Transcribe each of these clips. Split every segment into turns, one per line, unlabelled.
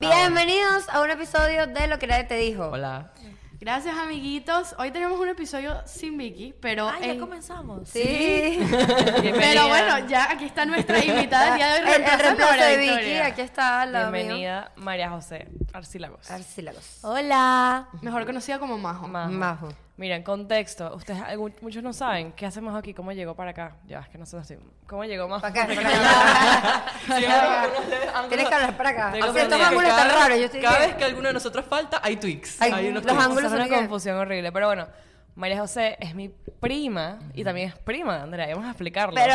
Ah, Bienvenidos a un episodio de Lo que nadie te dijo.
Hola.
Gracias, amiguitos. Hoy tenemos un episodio sin Vicky, pero.
Ah, ya
en-
comenzamos.
Sí.
Pero bueno, ya aquí está nuestra invitada del día de hoy,
El- el,
reemplazando a
reemplazo
María
de
Victoria.
Vicky, aquí está la
Bienvenida María José Arcilagos.
Arcílagos.
Hola.
Mejor conocida como Majo.
Majo.
Majo.
Mira, en contexto, ustedes algún- muchos no saben qué hace Majo aquí, cómo llegó para acá. Ya, es que no sé así. ¿Cómo llegó Majo?
Para acá, para acá.
Sí,
Para acá.
algunos le- algunos-
Tienes que hablar para acá.
Tengo
O sea, estos
entendido que
ángulos están
cada-
raros, yo estoy
Cada
que-
vez que alguno de nosotros falta, hay tweaks.
Hay-
Hay unos
los
tweaks.
ángulos
O sea, es
son
una
que-
confusión horrible. Pero bueno, María José es mi prima y también es prima de Andrea. Vamos a explicarlo.
Pero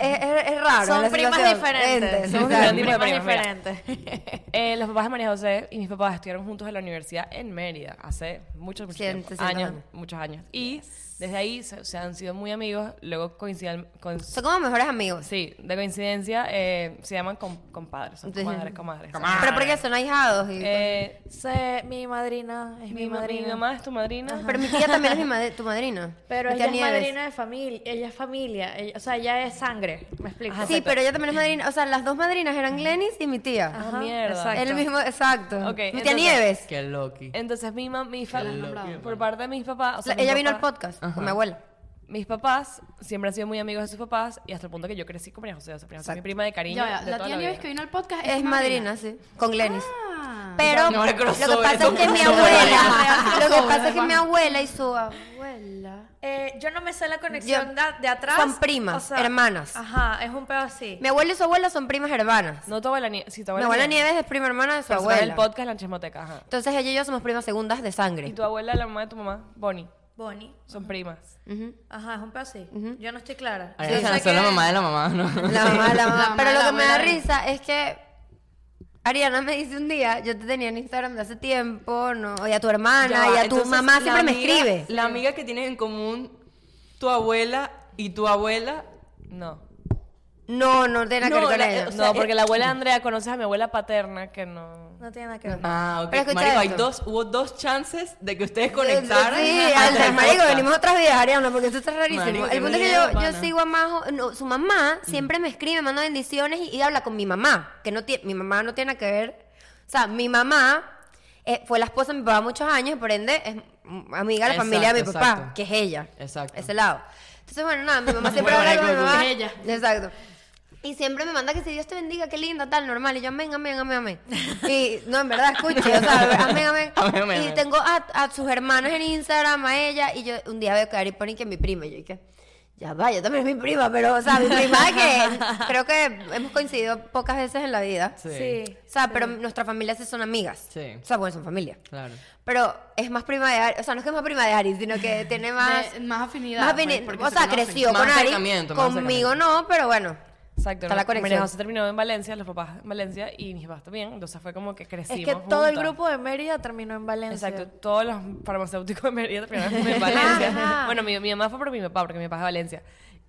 es, es- es raro.
Son
la
primas
situación.
diferentes.
Ente,
Son
somos
diferentes.
diferentes.
tipo de
Primas
primas, mira.
diferentes.
Eh, los papás de María José y mis papás estuvieron juntos en la universidad en Mérida hace muchos, muchos
Cientos,
tiempo.
cientos
años,
años.
muchos años. Y desde ahí se, se han sido muy amigos. Luego coincidan con,
Son como mejores amigos.
sí, de coincidencia eh, se llaman com- compadres, son
Entonces-
comadres, comadres.
Pero porque son ahijados. Y
Eh,
Sé, mi madrina es mi,
mi, ma- mi
madrina.
mamá es tu madrina.
Pero mi tía también es mi madre- tu madrina.
Pero
Mi tía
ella es
Nieves.
madrina de familia, ella es familia, ella- o sea, ella es sangre, me explico.
Ajá,
Sí,
Exacto.
pero ella también es madrina. O sea, las dos madrinas eran Glenis y mi tía.
Ah, mierda.
exacto.
El mismo, exacto.
Ok,
mi tía
entonces-
Nieves.
Qué Loki.
Entonces mi mamá, mi fa-
Qué loco,
por parte de mis papás, o sea,
La-
mis
ella vino al
papás-
podcast con mi abuela.
Mis papás siempre han sido muy amigos de sus papás y hasta el punto que yo crecí con María José, o sea, María José es mi
Exacto.
prima de cariño.
Ya, ya,
de
la
toda
tía Nieves
vida.
que vino al podcast es,
Es madrina, sí. Con Glenis.
Ah.
Pero
No,
lo
era
que
crossover,
pasa es
son
que mi
crossover.
abuela, lo que pasa es que
Crossover,
mi
Juan.
abuela y su abuela.
Eh, yo no me sé la
Yo-
conexión de, de atrás.
son primas, hermanas.
Ajá, es un pedo así.
Mi abuela y su abuela son primas hermanas.
No tu abuela Nieves. Sí, tu
Mi
abuela,
abuela
Nieves.
Nieves es prima hermana de su
Personaje del
abuela.
podcast La Chismoteca, ajá.
Entonces ella y yo somos primas segundas de
Y
sangre.
tu abuela, la mamá de tu mamá, Bonnie,
Bonnie.
son primas.
Ajá, es un pedo así. Yo no estoy clara.
Ay,
Yo
o sea,
sé
son la
que-
mamá de la mamá, ¿no?
La mamá, la mamá.
La mamá
Pero
de
lo
la
que me da
abuela.
risa es que Ariana me dice un día, yo te tenía en Instagram de hace tiempo, no, y a tu hermana,
Ya va,
y a tu
entonces,
mamá
la
siempre me
amiga-
escribe.
La amiga que tienes en común tu abuela y tu abuela.
No.
No, no tiene nada que ver con
la- eh,
ella.
no, porque la abuela de Andrea conoce a mi abuela paterna que no.
No tiene nada que ver.
Ah, ok.
Pero escucha
Marico, hay
esto.
dos, hubo dos chances de que ustedes conectaran.
Sí,
hasta
al
el
marico,
podcast.
venimos otras vidas, Ariana, porque esto está rarísimo.
Marico,
el
qué
punto es que
miedo,
yo, yo
pana.
sigo a Majo, no, su mamá siempre me escribe, me manda bendiciones y, y habla con mi mamá, que no tiene, mi mamá no tiene nada que ver. O sea, mi mamá eh, fue la esposa de mi papá muchos años, por ende es mm, amiga de la
Exacto,
familia de mi papá,
exacto.
que es ella.
Exacto.
Ese lado. Entonces, bueno, nada, mi mamá siempre
Bueno,
habla con mi
marico,
mamá.
es ella.
Exacto. Y siempre me manda que si Dios te bendiga, qué linda, tal, normal. Y yo, amén, amén, amén, amén. Y, no, en verdad, escuche, o sea, amén, amén.
Amén, amén,
y
amén.
tengo a, a sus hermanas en Instagram, a ella, y yo un día veo que Ari pone que es mi prima. Y yo dije, ya va, yo también es mi prima, pero, o sea, mi prima que creo que hemos coincidido pocas veces en la vida.
Sí.
Sí.
O sea, pero nuestra familia sí son amigas.
Sí.
O sea, bueno, son familia.
Claro.
Pero es más prima de Ari, o sea, no es que es más prima de Ari, sino que tiene más...
De- más afinidad,
más
pues,
afini-
porque
o
se
sea,
conocen.
creció
Más
con Ari,
acercamiento, más
conmigo
acercamiento.
no, pero bueno.
Exacto.
Está la
no.
conexión.
María José terminó en Valencia, los papás en Valencia y mis papás también. Entonces fue como que
Es
crecimos.
que todo el
juntas.
grupo de Mérida terminó en Valencia.
Exacto, todos los farmacéuticos de Mérida terminaron en Valencia. bueno, mi, mi mamá fue por mi papá, porque mi papá es de Valencia.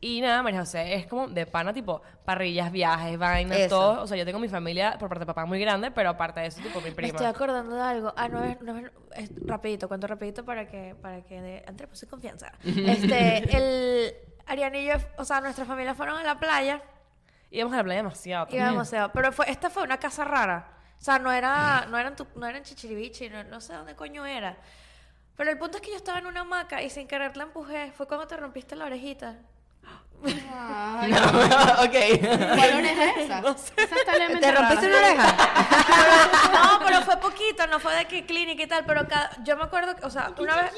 Y nada, María José, es como de pana, tipo, parrillas, viajes, vainas,
Eso.
todo. O sea, yo tengo mi familia por parte de papá muy grande, pero aparte de eso, tipo, mi
Me
prima.
estoy acordando de algo. Ah, no es, no es, es- rapidito, cuento rapidito para que, para que de- entremos en confianza. Este, el Ariana y yo, o sea, nuestra familia fueron a la playa
Íbamos a la playa demasiado.
y al museo. Pero fue, esta fue una casa rara. O sea, no era, no eran tu, no eran chichiribichi, no, no sé dónde coño era. Pero el punto es que yo estaba en una hamaca y sin querer la empujé. Fue cuando te rompiste la orejita.
Ay,
ok.
¿Cuál oreja es esa? Esa está levemente
¿Te rompiste
rara.
una oreja?
No, pero fue poquito, no fue de que clínica y tal, pero ca- yo me acuerdo, que, o sea, una vez...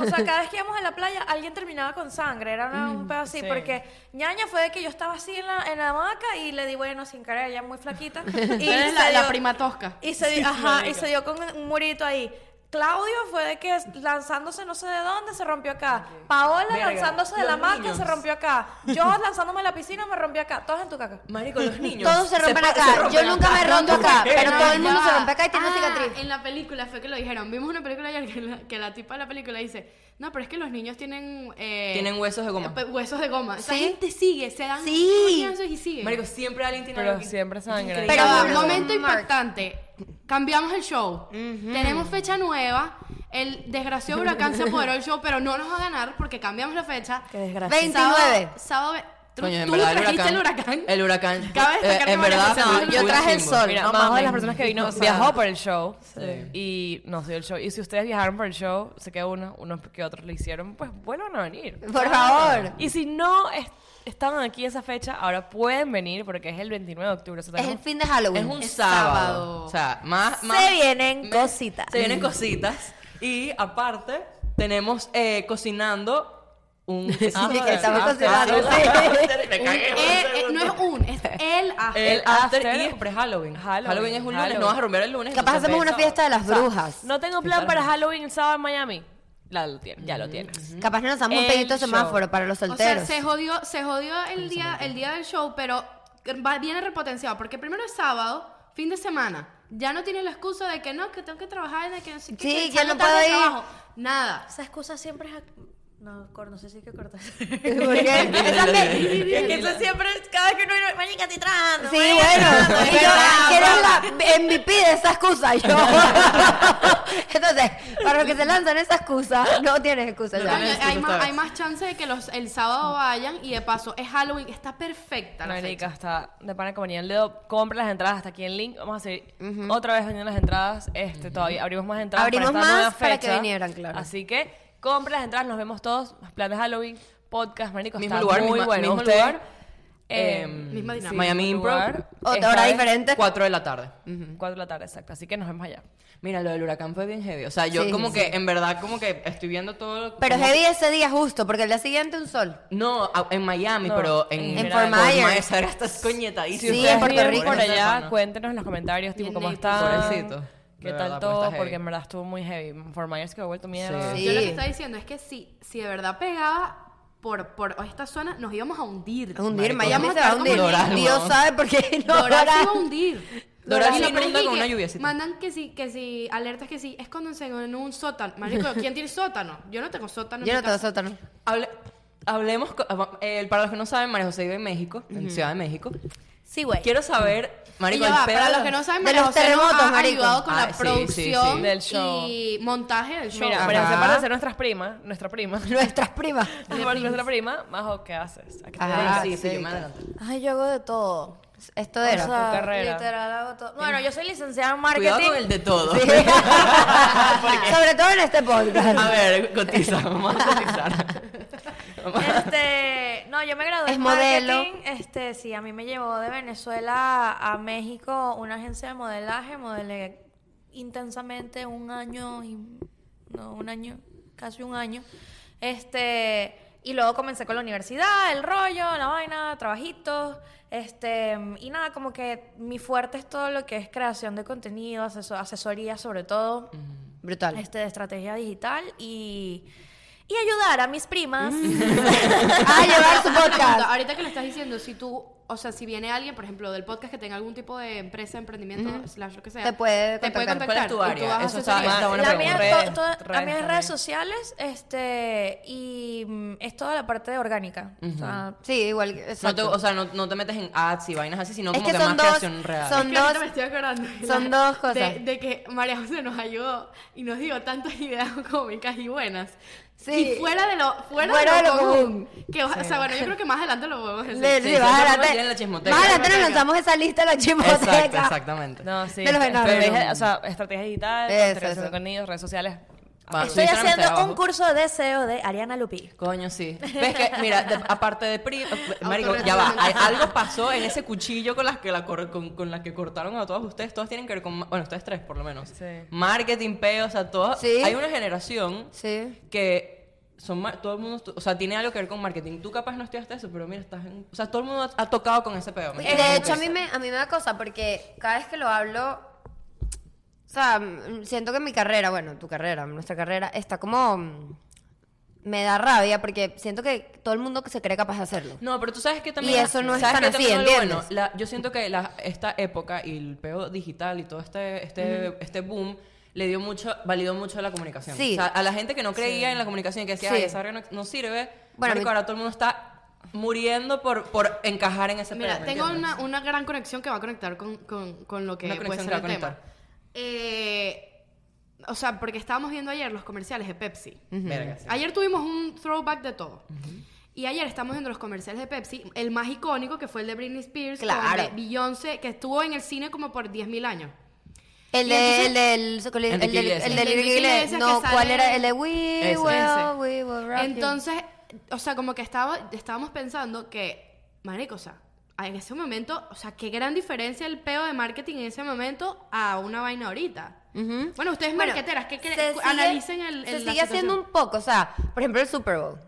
O sea, cada vez que íbamos a la playa, alguien terminaba con sangre, era una- un pedo así,
sí.
porque ñaña fue de que yo estaba así en la, en la hamaca y le di, bueno, sin querer, ya muy flaquita. Y
Tú eres
se
la, la
dio-
prima tosca.
Y se, dio- ajá, y se dio con un murito ahí. Claudio fue de que lanzándose no sé de dónde se rompió acá. Paola lanzándose de la hamaca se rompió acá. Yo lanzándome a la piscina me rompió acá. Todos en tu caca.
Marico, los niños.
Todos se rompen
pa-
acá.
se rompen
Yo nunca me
acá.
rompo acá, pero
No,
todo el mundo
ya
se
va.
rompe acá y tiene
Ah,
cicatriz.
En la película fue que lo dijeron. Vimos una película ayer que la, que la tipa de la película dice: No, pero es que los niños tienen. eh,
Tienen huesos de goma.
eh, Huesos de goma. Esa
Sí.
gente sigue, se dan
Sí.
coñazos y sigue.
Marico, siempre alguien tiene
Pero
algo que-
siempre
Pero-
sangre.
Pero
Claro.
momento
Mark.
impactante. Cambiamos el show. Tenemos fecha nueva. El desgraciado huracán se apoderó del show, pero no nos va a ganar porque cambiamos la fecha.
Qué desgracia.
29.
Sábado, sábado ve- Tú,
Coño, en
tú
verdad, el
trajiste
huracán.
el huracán.
El huracán. Eh,
Cabe destacar que
en
María
verdad,
José
fue
no,
full
yo traje el
chimbo.
sol.
Mira,
No
Majo de
mames.
las personas que vino
O sea,
viajó por el show y nos dio el show. Y si ustedes viajaron por el show, sé que uno, unos que otros lo hicieron, pues vuelvan a venir.
Por favor.
Y si no es- estaban aquí esa fecha, ahora pueden venir porque es el 29 de octubre. o sea,
Es el
tenemos-
fin de Halloween.
Es un
Es sábado.
sábado. O sea, más,
Se
más-
vienen cositas.
Se
Mm.
vienen cositas. Y aparte, tenemos eh, cocinando un. Sí,
que estamos
Ah,
cocinando, Ah, sí.
Me
Un-
cagué.
eh, eh, no es un, es el after.
El after
after
y es pre-Halloween.
Halloween,
Halloween. es un
Halloween.
lunes, no vas a romper el lunes.
Capaz
entonces
hacemos una
ves
fiesta de las
O sea,
brujas.
No tengo plan para Halloween el sábado en Miami. La, lo tienes, ya lo tienes.
Capaz no nos damos un
El
pedito de
show.
semáforo para los
O sea,
solteros.
se jodió, se jodió el día, el día del show, pero va- viene repotenciado. Porque primero es sábado, fin de semana. Ya no tienes la excusa de que no, que tengo que trabajar, de que no sé qué,
Sí,
que
que
salgo
no
tarde
puedo
del
ir.
trabajo. Nada.
Esa excusa siempre es... ac- No, cor- no sé si hay que cortar.
¿Por qué?
Esa que- es que eso siempre es cada que uno... Marica, estoy trabajando.
Sí,
marica,
bueno,
estoy trabajando".
pero ¿quién es la MVP de esa excusa? Yo. Entonces, para los que se lanzan esa excusa, no tienes excusa
No
ya.
Coño,
tienes excusa
hay,
esta
más,
vez.
hay más chance de que los, el sábado vayan y de paso es Halloween, está perfecta la
Marica,
fecha.
hasta de pana compañía el dedo. Compra las entradas hasta aquí en link. Vamos a seguir otra vez vendiendo las entradas. Este, todavía abrimos más entradas.
Abrimos
para esta nueva
más para que
fecha.
vinieran, claro.
Así que compra las entradas, nos vemos todos. Plan de Halloween, podcast, marico,
Mismo
está
lugar,
muy
misma-
bueno.
mismo
Usted,
lugar,
eh,
em,
Misma dinámica.
Miami
mismo
Improv.
lugar.
Otra
Esta
hora
vez,
diferente.
4 de la tarde.
ujú, Cuatro de la tarde, exacto. Así que nos vemos allá.
Mira, lo del huracán fue bien heavy. O sea, yo
Sí,
como
sí.
que, en verdad, como que estoy viendo todo. lo-
Pero
como-
heavy ese día justo, porque el día siguiente un sol.
No, a- en Miami,
No,
pero
en
en,
Fort Myers.
esa era estás coñetadísima.
Sí,
ustedes
en Puerto
viven
Rico.
Por
Esa
allá,
zona.
cuéntenos en los comentarios, tipo,
Y en
cómo
Naples.
está.
Pobrecito.
¿Qué
De
tal
verdad, pero
todo?
está heavy.
Porque en verdad estuvo muy heavy. For Myers quedó vuelto mierda.
Sí.
Yo lo que estaba diciendo es que si, si de verdad pegaba por, por esta zona, nos íbamos a hundir.
A hundir,
Marico,
Miami
vamos
se
a
va a
estar
hundir.
como Doral,
Dios
weón.
sabe por qué no.
Doral se
Doral.
iba a hundir.
Doral
Y
se
lo peor es
inunda
que
con una lluviecita.
Mandan que si, que si alertas que si, escóndense en un sótano. Marico, ¿quién tiene sótano? Yo no tengo sótano. en
Yo
mi
no tengo
casa.
sótano.
Hable- hablemos, co- eh, para los que no saben, María José vive en México, en Ciudad de México.
Sí, güey.
Quiero saber, Marico,
Y ya
el
va,
pedo-
para los que no saben,
de
María
los
José nos
terremotos,
ha
marico.
ayudado con
Ah,
la
sí, sí,
producción
sí.
Del show.
y montaje del show.
Mira,
Ajá.
María José, para hacer nuestras primas, nuestra prima.
Nuestras primas.
Para ser nuestra prima, Majo, ¿qué haces? ¿A qué te
Ajá.
dedicas?
Ah, sí, sí,
sí,
yo me
claro.
adelanté.
Ay, yo hago de todo.
Esto era.
O sea,
tu carrera.
literal hago todo. Bueno, yo soy licenciada en marketing.
Cuidado con el de todo.
Sí. Sobre todo en este podcast.
A ver, cotiza, vamos a cotizar.
Este, no, yo me gradué
Es
en
modelo.
marketing. Este, sí, a mí me llevó de Venezuela a México una agencia de modelaje. Modelé intensamente un año y no, un año, casi un año. Este, y luego comencé con la universidad, el rollo, la vaina, trabajitos, este, y nada, como que mi fuerte es todo lo que es creación de contenido, aseso- asesoría sobre todo
Brutal.
este, de estrategia digital y, y ayudar a mis primas.
A llevar su
Una pregunta,
podcast.
ahorita que le estás diciendo, si tú, o sea, si viene alguien, por ejemplo, del podcast que tenga algún tipo de empresa, emprendimiento, slash, lo que sea,
Te puede
te puede
contactar.
contactar.
¿Cuál es tu
y tú
área?
das
Ah, Eso está-
asesoría.
está buena
la
pregunta.
mía,
Redes,
to- to- la
redes
mía es
también.
redes sociales este, y mm, es toda la parte orgánica. O sea,
Sí, igual.
No te,
exacto.
o sea, no, no te metes en ads y vainas así, sino
Es
como
que
que,
son
más
dos-
creación real.
son-
Es que ahorita
dos-
me estoy acordando.
son dos cosas.
De, de que María José nos ayudó y nos dio tantas ideas cómicas y buenas.
Sí.
Y fuera de lo, fuera
Fuera
de
de
lo,
lo
común. Que, o sea, bueno, yo creo que más adelante lo podemos decir.
Le-
Sí,
sí,
sí,
más
eso lo
adelante,
tiene la chismoteca.
más adelante nos
Chismoteca.
lanzamos esa lista de la chismoteca.
Exacto, exactamente.
No, sí.
De los enormes.
estrategia- O sea, estrategia digital,
Eso,
creación de
eso.
contenidos, redes sociales.
Va,
Estoy
Instagram está
haciendo
abajo.
un curso de SEO de Ariana Lupi.
Coño, sí. Ves que, mira, de- aparte de pri... eh, Marico, ya va. hay- algo pasó en ese cuchillo con las que, la cor- con, con las que cortaron a todas ustedes. Todas tienen que ver con... Bueno, ustedes tres, por lo menos.
Sí.
Marketing, peo, o sea, todas...
Sí.
Hay una generación
Sí.
que... Son mar- todo el mundo, estu- o sea, tiene algo que ver con marketing. Tú capaz no estudiaste eso, pero mira, estás en, o sea, todo el mundo ha, ha tocado con ese pedo. ¿me
Y
entiendes?
Eh, de hecho, a mí, me, a mí me da cosa porque cada vez que lo hablo, o sea, mm, siento que mi carrera, bueno, tu carrera, nuestra carrera, está como. mm, Me da rabia porque siento que todo el mundo que se cree capaz de hacerlo.
No, pero tú sabes que también.
Y eso no es
¿sabes
tan
qué
así,
también es lo
¿entiendes?
La- yo siento que la- esta época y el peo digital y todo este, este, este boom le dio mucho, validó mucho a la comunicación.
Sí.
O sea, a la gente que no creía en la comunicación y que decía,
Sí.
ay, esa verga no, no sirve.
Bueno,
Bueno,
mi-
ahora todo el mundo está muriendo por, por encajar en ese
Mira,
peo, ¿me
tengo
entiendes?
una, una gran conexión que va a conectar con, con, con lo que
Una
puede
conexión
ser el
que va a
tema.
conectar.
Eh, o sea, porque estábamos viendo ayer los comerciales de Pepsi.
Verga, sí.
Ayer tuvimos un throwback de todo. Y ayer estamos viendo los comerciales de Pepsi, el más icónico que fue el de Britney Spears, con
Claro.
el de Beyoncé, que estuvo en el cine como por 10.000 años.
El
Y
de,
entonces-
el del, el del, el
Enrique
del,
Iglesias.
el del
Enrique
Enrique Iglesias,
Iglesias
no,
que
¿cuál
sale-
era? El de We
Ese,
Will,
ese.
We Will Rock You.
Entonces, o sea, como que estaba, estábamos pensando que, marico, o sea, en ese momento, o sea, qué gran diferencia el peo de marketing en ese momento a una vaina ahorita.
Ujú.
Bueno, ustedes
Bueno,
marqueteras, ¿qué creen?
se sigue-
Analicen el,
Se
el- la
sigue haciendo
situación.
un poco, o sea, por ejemplo, el Super Bowl.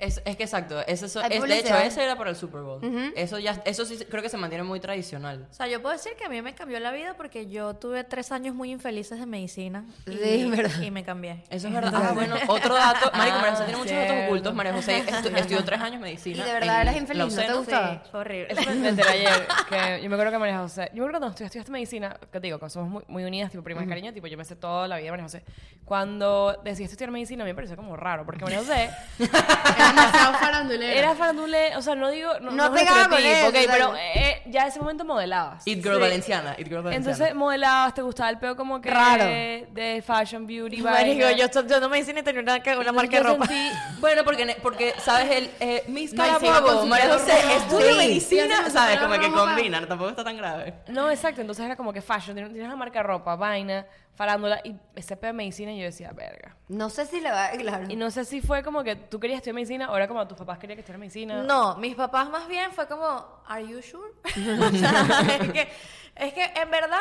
Es, es que exacto, ese, eso-
Hay
es- de hecho
publicidad.
ese era para el Super Bowl. Eso ya eso sí creo que se mantiene muy tradicional.
O sea, yo puedo decir que a mí me cambió la vida porque yo tuve tres años muy infelices de medicina. Y,
Sí, es verdad.
y me cambié.
Eso es verdad. Ah, bueno, otro dato, María María José tiene muchos datos
cierto.
ocultos. María José estu- estudió tres años
Y
medicina.
de verdad
en
eres infeliz, ¿no te
Lausanne.
Sí,
gustaba?
fue horrible.
Eso me enteré ayer. Que yo me acuerdo que María José. Yo me acuerdo cuando estudiaste, estudiaste medicina, que te digo, que somos muy, muy unidas, tipo primas de cariño, tipo yo me sé toda la vida de María José. Cuando decidiste estudiar medicina, a mí me pareció como raro, porque María José
Era demasiado farandulero.
era farandule, o sea, no digo. No,
No
es un
pegaba con
estereotipo,
eso,
ok,
o sea,
pero
no.
eh, ya ese momento modelabas.
It Girl Valenciana. It Girl Valenciana.
Entonces modelabas, te gustaba el peo como que.
Raro.
De fashion, beauty,
Marico,
vaina.
yo estudiando medicina y tenía una, ca- una marca de
Yo
ropa.
sentí-
Bueno, porque, porque sabes, el, eh, Miss
No, y se iba
Carabobo,
con su
María
pelo
José,
rojo.
estudio
Sí.
Ella
medicina,
se
¿sabes?
puso
Como que
rojo para-
combina, tampoco está tan grave.
No, exacto. Entonces era como que fashion. Tienes tienes la marca de ropa, vaina, farándula. Y ese peo de medicina, yo decía, verga.
No sé si le va, claro.
Y no sé si fue como que tú querías estudiar medicina o era como tus papás querían que estudiara medicina.
No, mis papás más bien fue como, ¿Are you sure? O sea, es, que, es que en verdad,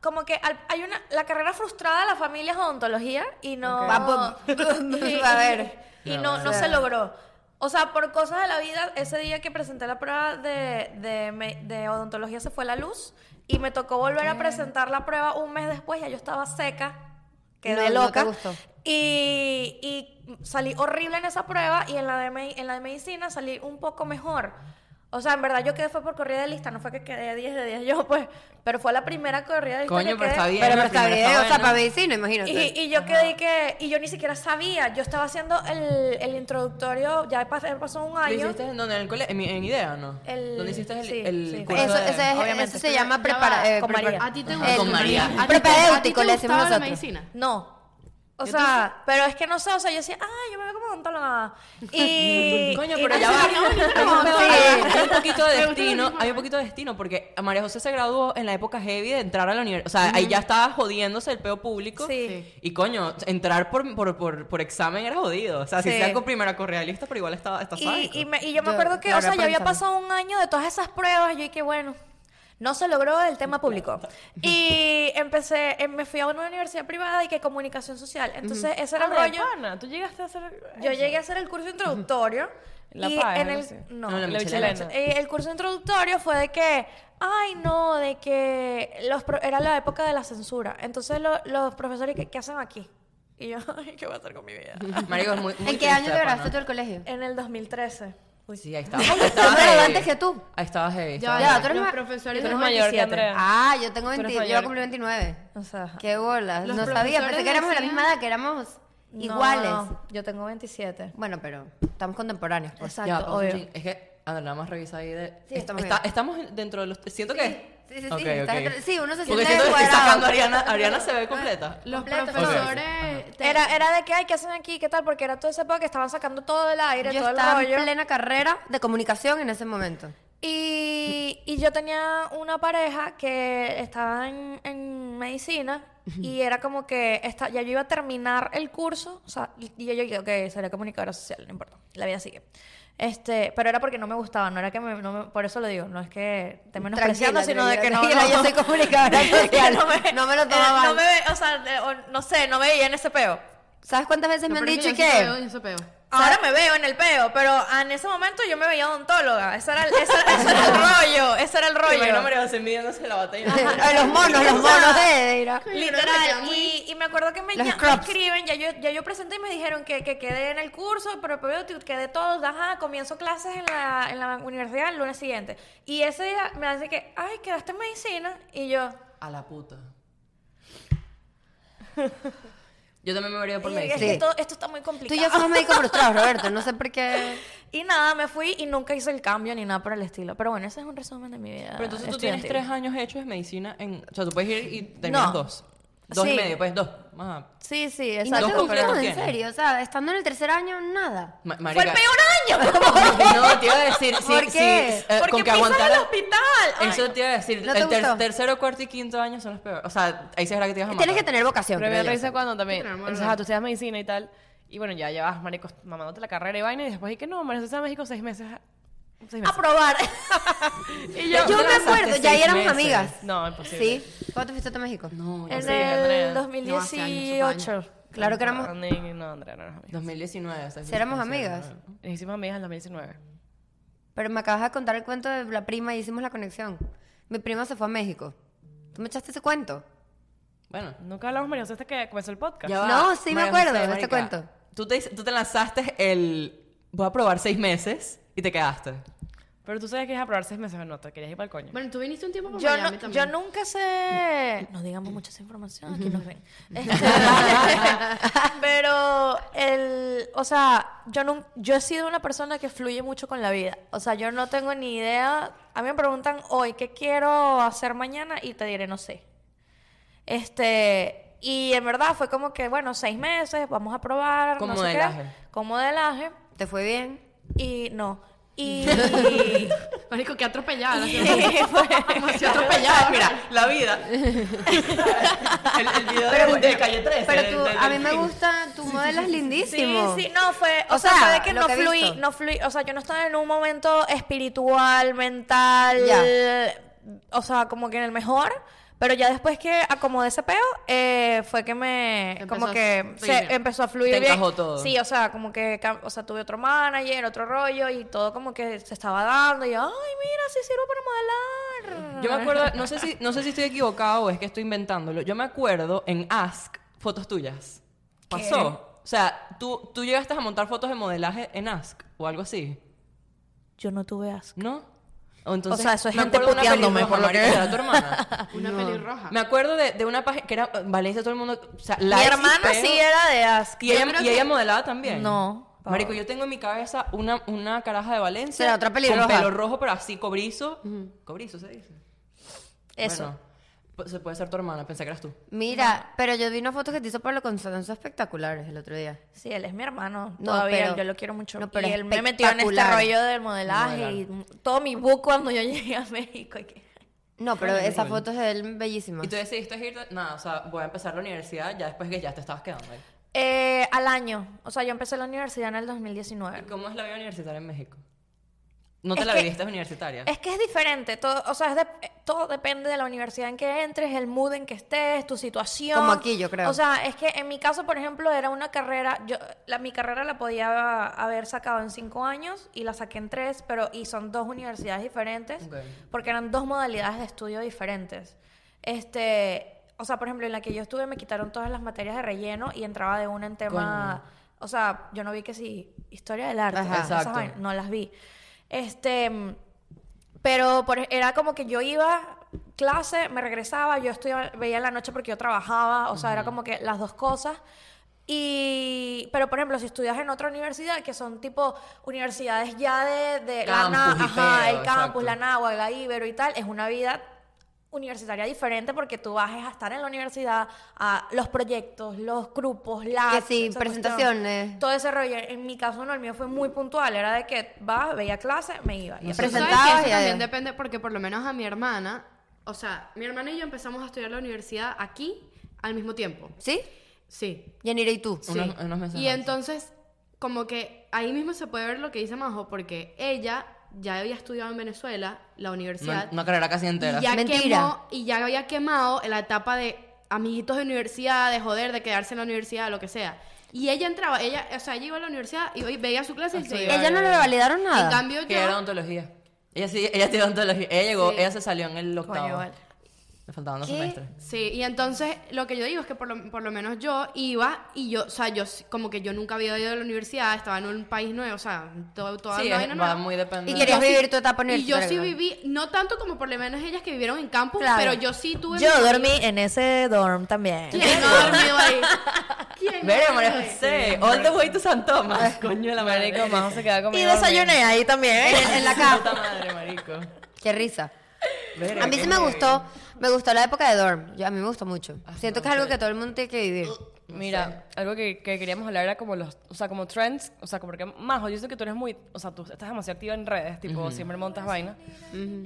como que al- hay una. La carrera frustrada de la familia es odontología y no.
Va por-
y-
a ver. Ah,
Y no, no se logró. O sea, por cosas de la vida, ese día que presenté la prueba de, de me- de odontología se fue la luz y me tocó volver a presentar la prueba un mes después, ya yo estaba seca, quedé
No, no te
loca.
gustó.
Y, y salí horrible en esa prueba y en la, de me- en la de medicina salí un poco mejor. O sea, en verdad yo quedé fue por corrida de lista, no fue que quedé 10 de 10 yo, pues, pero fue la primera corrida de lista. que
Coño, pero
quedé.
está bien.
Pero,
la
está bien,
primera
o sea,
buena.
para medicina, imagínate.
Y, y yo quedé que, y yo ni siquiera sabía, yo estaba haciendo el, el introductorio, ya pas- pasó un
¿Lo
año.
hiciste en, donde, en, el cole- en, mi- en IDEA no?
El-
¿Dónde hiciste el,
sí,
el
sí.
curso
eso,
de-
eso es-
obviamente,
eso
pero
se llama eh,
ya va,
preparar.
con María.
¿A ti te
Ajá,
gusta?
con María.
¿A ti te-
Propedéutico,
a ti te
le decimos
gustaba la
nosotros.
medicina?
No. O sea, pero es que no sé, o sea, yo decía, ay, yo me veo como odontóloga. Y.
Coño,
y
pero
no
ya
sé,
va.
no, no,
Hay un
no,
pedo-
no.
hay un poquito de
Me gustó
destino,
mucho.
hay un poquito de destino, porque a María José se graduó en la época heavy de entrar a la universidad. O sea, ahí ya estaba jodiéndose el peo público.
Sí.
Y coño, entrar por, por, por, por examen era jodido. O sea, si
Sí.
sea con primera correalista, pero igual estaba, está
Y,
sádico.
y, me- y yo me
Yo-
acuerdo que,
la
o sea, ya había
repensaba.
pasado un año de todas esas pruebas. Yo dije, bueno, no se logró el tema público. Y empecé, eh, me fui a una universidad privada y que comunicación social. Entonces, ese era
Ah,
el
de
rollo.
pana, tú llegaste a hacer.
Yo llegué a hacer el curso introductorio.
La
y
paja,
en
no
el,
sé.
no,
No, la
La
michelada.
michelada.
Eh, el curso introductorio fue de que, ay no, de que los pro- era la época de la censura. Entonces lo- los profesores, ¿qué, qué hacen aquí? Y yo, ay, ¿qué voy a hacer con mi vida?
Marico, es muy, muy
¿En qué
triste,
año te
pana.
graduaste tú del colegio?
Eh,
en el 2013.
Uy, sí, ahí estaba.
Ay,
Ahí estaba
yo me gradué
heavy.
antes que tú.
Ahí estaba heavy.
Ya,
estaba
Ya,
ya,
tú eres
eh, los
ma-
Tú
profesores
eres
de-
mayor que
27.
Andrea.
Ah, yo tengo
Tú eres
20, yo voy a
mayor.
cumplir 29.
O sea, ajá.
Qué bolas.
Los
No sabía, pensé
profesores
que éramos de la
decían-
misma edad, que éramos
No,
iguales.
no, yo tengo 27.
Bueno, pero estamos contemporáneos, pues.
Exacto,
Ya, pausa un
obvio.
ching. Es que, a ver, nada más revisa ahí de...
Sí, estamos
Está-
bien.
estamos dentro de los... Siento
Sí,
que...
sí, sí, sí,
Ok,
estás
ok.
dentro- sí, uno se siente
Porque siento que estoy
cuadrado. Ah.
sacando a Ariana. Ariana se ve completa.
Los
Completo,
profesores... te-
Era, era de que, ay, ¿qué hacen aquí? ¿Qué tal? Porque era todo ese época que estaban sacando todo el aire,
Yo
todo el
estaba
rollo.
en plena carrera de comunicación en ese momento.
Y, y yo tenía una pareja que estaba en, en medicina y era como que esta- ya yo iba a terminar el curso, o sea, y yo, yo dije, ok, seré comunicadora social, no importa, la vida sigue. Este, pero era porque no me gustaba, no era que me, no me- por eso lo digo, no es que te menospreciando, sino de que no,
tranquila,
no-
yo soy comunicadora
de que
social, no me lo tomaba
eh, no
mal.
me ve- o sea, de- o- no sé, no me veía en ese peo.
¿Sabes cuántas veces
No,
me han
pero es
dicho
yo sí
que?
peo, yo sí peo.
Ah.
Ahora me veo en el peo, pero en ese momento yo me veía odontóloga. Ese era el, ese, ese era el rollo, ese era el
Me
rollo.
imagino a María José midiéndose la batalla.
Ay, los monos, los monos de, de ir a-
Literal, y, y me acuerdo que me,
Los
ya- me
scrubs.
escriben, ya yo, ya yo presenté y me dijeron que, que quedé en el curso, pero pero te- quedé todo, ajá, comienzo clases en la, en la universidad el lunes siguiente. Y ese día me dice que, ay, quedaste en medicina, y yo,
A la puta. Yo también me habría por
"Ay, es
medicina.
que
Sí.
todo- esto está muy
Tú y yo
complicado.
somos médicos frustrados, Roberto. No sé por qué.
Y nada, me fui y nunca hice el cambio ni nada por el estilo. Pero bueno, ese es un resumen de mi vida
Pero entonces tú tienes
estudiantil.
tres años hechos de medicina en... O sea, tú puedes ir y terminas
No.
dos. Dos y
Sí.
medio, pues dos. Ajá.
Sí, sí,
Y no
exacto.
te
Dos
gustó,
completos
en
tienes.
serio. O sea, estando en el tercer año, nada.
Ma-
Fue el
marica.
peor año.
No, te iba a decir, sí,
¿Por
sí,
qué?
eh,
Porque
con que
pisas el
aguantara. Eh,
hospital. Ay,
Eso te iba a decir.
¿No te
el ter-
gustó?
tercero, cuarto y quinto año son los peores. O sea, ahí será que te vas a matar.
Tienes que tener vocación.
Pero me
creo yo.
risa cuando también.
Pero, amor,
Entonces, ajá, tú estudias medicina y tal. Y bueno, ya llevas, marico, mamándote la carrera y vaina. Y después dije, no, me regresé a México seis meses. Seis meses.
A probar.
y
Yo,
yo,
te
me
lanzaste
acuerdo, ya ahí
seis
éramos
meses.
amigas.
no, imposible.
¿Sí? ¿Cuándo te fuiste a México?
No,
En
Sí, Andrea.
el
No, hace
2018.
Claro que éramos...
Ni- No, Andrea, no eras amiga.
2019. o sea,
Sí, éramos
sí,
amigas.
sí,
Nos hicimos amigas en 2019.
Pero me acabas de contar el cuento de la prima y hicimos la conexión. Mi prima se fue a México. ¿Tú me echaste ese cuento?
Bueno.
Nunca hablamos, María, hasta que comenzó el podcast.
Ya va.
No, sí me
María
acuerdo de
marica,
este cuento.
Tú te, tú te lanzaste el... Voy a probar seis meses y te quedaste.
Pero tú sabes que es aprobar seis meses o no, te querías ir para el coño.
Bueno, tú viniste un tiempo para
Yo,
Pues Miami
no, yo
también.
nunca sé. No digamos mucha esa información, aquí nos ven. Este, pero, el, o sea, yo, nun- yo he sido una persona que fluye mucho con la vida. O sea, yo no tengo ni idea. A mí me preguntan hoy, ¿qué quiero hacer mañana? Y te diré, no sé. Este. Y en verdad fue como que, bueno, seis meses, vamos a probar.
Con
no sé qué,
modelaje.
con modelaje.
¿Te fue bien?
Y no. Y.
Marico, que atropellada. la
y
señora.
fue-
Como si atropellada.
Mira, la vida. el, el video
Pero
de,
bueno,
de Calle 13.
Pero
del-
tú,
del-
a mí me
del-
gusta, tu modelo es
Sí,
lindísimo.
sí, no fue, o,
O
sea,
sea,
fue de que
lo
no
que he
fluí,
visto.
no fluí, o sea, yo no estaba en un momento espiritual, mental,
Ya.
o sea, como que en el mejor, pero ya después que acomodé ese peo, eh, fue que me,
Empezó
como
a
que
fluir
se
bien.
empezó a fluir
Te
bien.
encajó todo.
Sí, o sea, como que, cam- o sea, tuve otro manager, otro rollo y todo como que se estaba dando y yo, ay, mira, sí sirvo para modelar.
Yo me acuerdo, no sé, si, no sé si estoy equivocado o es que estoy inventándolo. Yo me acuerdo en Ask fotos tuyas. Pasó. O sea, tú, tú llegaste a montar fotos de modelaje en Ask o algo así,
Yo no tuve asco.
¿no? O, entonces,
sea, eso es
me
gente
acuerdo de una
puteándome,
pelirroja,
por lo
marica,
que-
¿será tu hermana?
Una pelirroja.
Me acuerdo de, de una página que era eh, Valencia, todo el mundo. O sea,
Mi
likes y
hermana
peos.
sí era de asco.
Y ella, y ella modelaba también.
No.
Marico, yo tengo en mi cabeza una, una caraja de Valencia.
Será otra pelirroja.
Con pelo rojo, pero así cobrizo. Cobrizo se dice.
Eso.
Bueno, pu- se puede ser tu hermana, pensé que eras tú.
Mira, pero yo vi una foto que te hizo Pablo Constanzo espectaculares el otro día.
Sí, él es mi hermano.
No,
Todavía
pero-
yo lo quiero mucho.
no, pero
y él me metió en este
espectacular.
rollo del modelaje y todo mi book cuando yo llegué a México. y que-
No, pero esa foto es de él bellísima.
Ah.
Y tú decidiste irte, nada, o sea, voy a empezar la universidad ya después que ya te estabas quedando ahí.
Eh, al año. O sea, yo empecé la universidad en el
¿Y
2019.
cómo es la vida universitaria en México? ¿No te
Es
la
que-
viviste universitaria?
Es que es diferente. Todo, o sea, es de- eh, todo depende de la universidad en que entres, el mood en que estés, tu situación.
Como aquí, yo creo.
O sea, es que en mi caso, por ejemplo, era una carrera. Yo, la, mi carrera la podía haber sacado en cinco años y la saqué en tres, pero y son dos universidades diferentes.
Ok.
porque eran dos modalidades de estudio diferentes. Este, o sea, por ejemplo, en la que yo estuve me quitaron todas las materias de relleno y entraba de una en tema, o sea, yo no vi que sí, historia del arte,
Ajá.
esas
Exacto.
vainas, no las vi. Este, mm, pero por ej- era como que yo iba clase, me regresaba, yo estudiaba, veía en la noche porque yo trabajaba, o sea, era como que las dos cosas. Y, pero por ejemplo, si estudias en otra universidad, que son tipo universidades ya de, de la
Campus
na-
y
ajá,
pedo,
el campus,
exacto.
la Anáhuac, la Ibero y tal, es una vida universitaria diferente porque tú vas a estar en la universidad a los proyectos, los grupos, las
Que sí, presentaciones.
todo ese rollo. En mi caso no, el mío fue muy puntual, era de que vas, veía clase, me iba. Y
No
eso-
Pero tú sabes
Presentabas
que eso
y
también
adiós.
depende porque por lo menos a mi hermana, o sea, mi hermana y yo empezamos a estudiar la universidad aquí al mismo tiempo.
¿Sí?
Sí.
Yanira, ¿y tú?
Sí.
Unos- unos meses
y
antes.
entonces, como que ahí mismo se puede ver lo que dice Majo, porque ella ya había estudiado en Venezuela la universidad.
Una, una carrera casi entera.
Y ya
Mentira.
quemó- y ya había quemado la etapa de amiguitos de universidad, de joder, de quedarse en la universidad, lo que sea. Y ella entraba, ella, o sea, ella iba a la universidad y y veía su clase y se iba.
Ella no le validaron
En
nada.
cambio yo,
Que era ontología. Ella sí, ella tiró ontología. Ella llegó,
Sí.
ella se salió en el octavo.
Coño, vale.
Le faltaban dos
¿Qué?
semestres.
sí, y entonces lo que yo digo es que por lo, por lo menos yo iba y yo, o sea, yo s- como que yo nunca había ido a la universidad, estaba en un país nuevo, o sea, todo, toda
sí,
una
es-
vaina
va
nueva.
muy dependiente.
Y querías
yo sí-
vivir tu etapa
Y yo
universitaria.
sí viví, no tanto como por lo menos ellas que vivieron en campus,
Claro.
pero yo sí tuve...
Yo
mi-
dormí en ese dorm también.
¿Quién no ha dormido ahí? ¿Quién no ha
Verga,
dormido
María
ahí?
José. All the way to San Tomás. Coño de la madre.
eh,
Marico, Majo se queda
Y
conmigo.
desayuné ahí también.
En, en la
Puta
casa.
madre, marico.
Qué risa.
Verga,
A mí
qué
sí me
heavy.
gustó. Me gustó la época de dorm. Yo- a mí me gustó mucho.
Ah,
Siento
no,
que es algo
chévere.
que todo el mundo tiene que vivir.
Mira, algo que, que queríamos hablar era como los, o sea, como trends, o sea, como porque Majo, yo sé que tú eres muy, o sea, tú estás demasiado activa en redes, tipo, siempre montas vaina.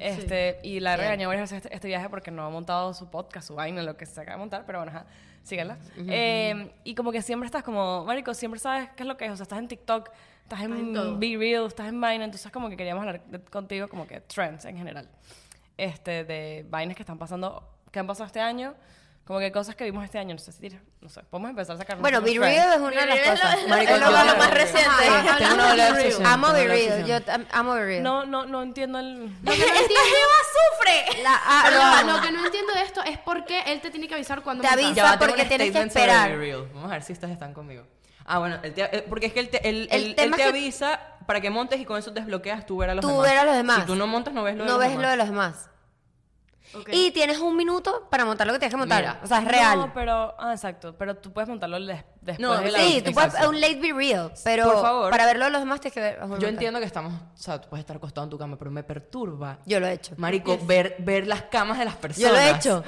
este, y la he regañado varias veces este, este viaje porque no ha montado su podcast, su vaina, lo que se acaba de montar, pero bueno, ajá, síguela. Eh, y como que siempre estás como, marico, siempre sabes qué es lo que es, o sea, estás en TikTok, estás en,
en todo.
Be Real, estás en vaina, entonces como que queríamos hablar de- contigo como que trends en general. Este, de vainas que están pasando, que han pasado este año, como que cosas que vimos este año, no sé si tira- no sé, podemos empezar a sacar
Bueno, Be
nuestros
Real
trends.
es una de las
Be Real es lo-
cosas.
Marico,
Es lo-
yo-
lo más reciente.
Ajá,
Hablando
tengo una
de Be
doble
Real.
obsesión.
Amo
tengo
Be
una doble
Real. Yo
obsesión.
tam- amo Be Real.
No, no, no entiendo el.
Lo que no entiendo,
¡Sufre!
La- ah,
pero
lo
ya va,
amo.
lo que no entiendo de esto es por qué él te tiene que avisar cuando
Te
me
avisa.
canso.
Ya va, porque
tengo un
tienes que
statement sobre
esperar.
Be Real. Vamos a ver si estas están conmigo. Ah, bueno, él te- eh, porque es que él te, él-
El
él- él
tema
te
es que-
avisa para que montes y con eso desbloqueas tú ver a los
Tú
demás.
ver a los demás.
Si tú no montas, no ves lo de
no
los
ves
demás.
lo de los demás.
Ok.
Y tienes un minuto para montar lo que tienes que montar.
Mira.
o sea, es real.
No, pero. Ah, exacto. Pero tú puedes montarlo des- después.
No,
de-
claro,
sí, tú puedes
exacto.
un late Be Real, pero
Por favor.
para verlo de los demás tienes que ver.
Yo entiendo que estamos, o sea, tú puedes estar acostado en tu cama, pero me perturba.
Yo lo he hecho.
Marico, ver, ver las camas de las personas.
Yo lo he hecho.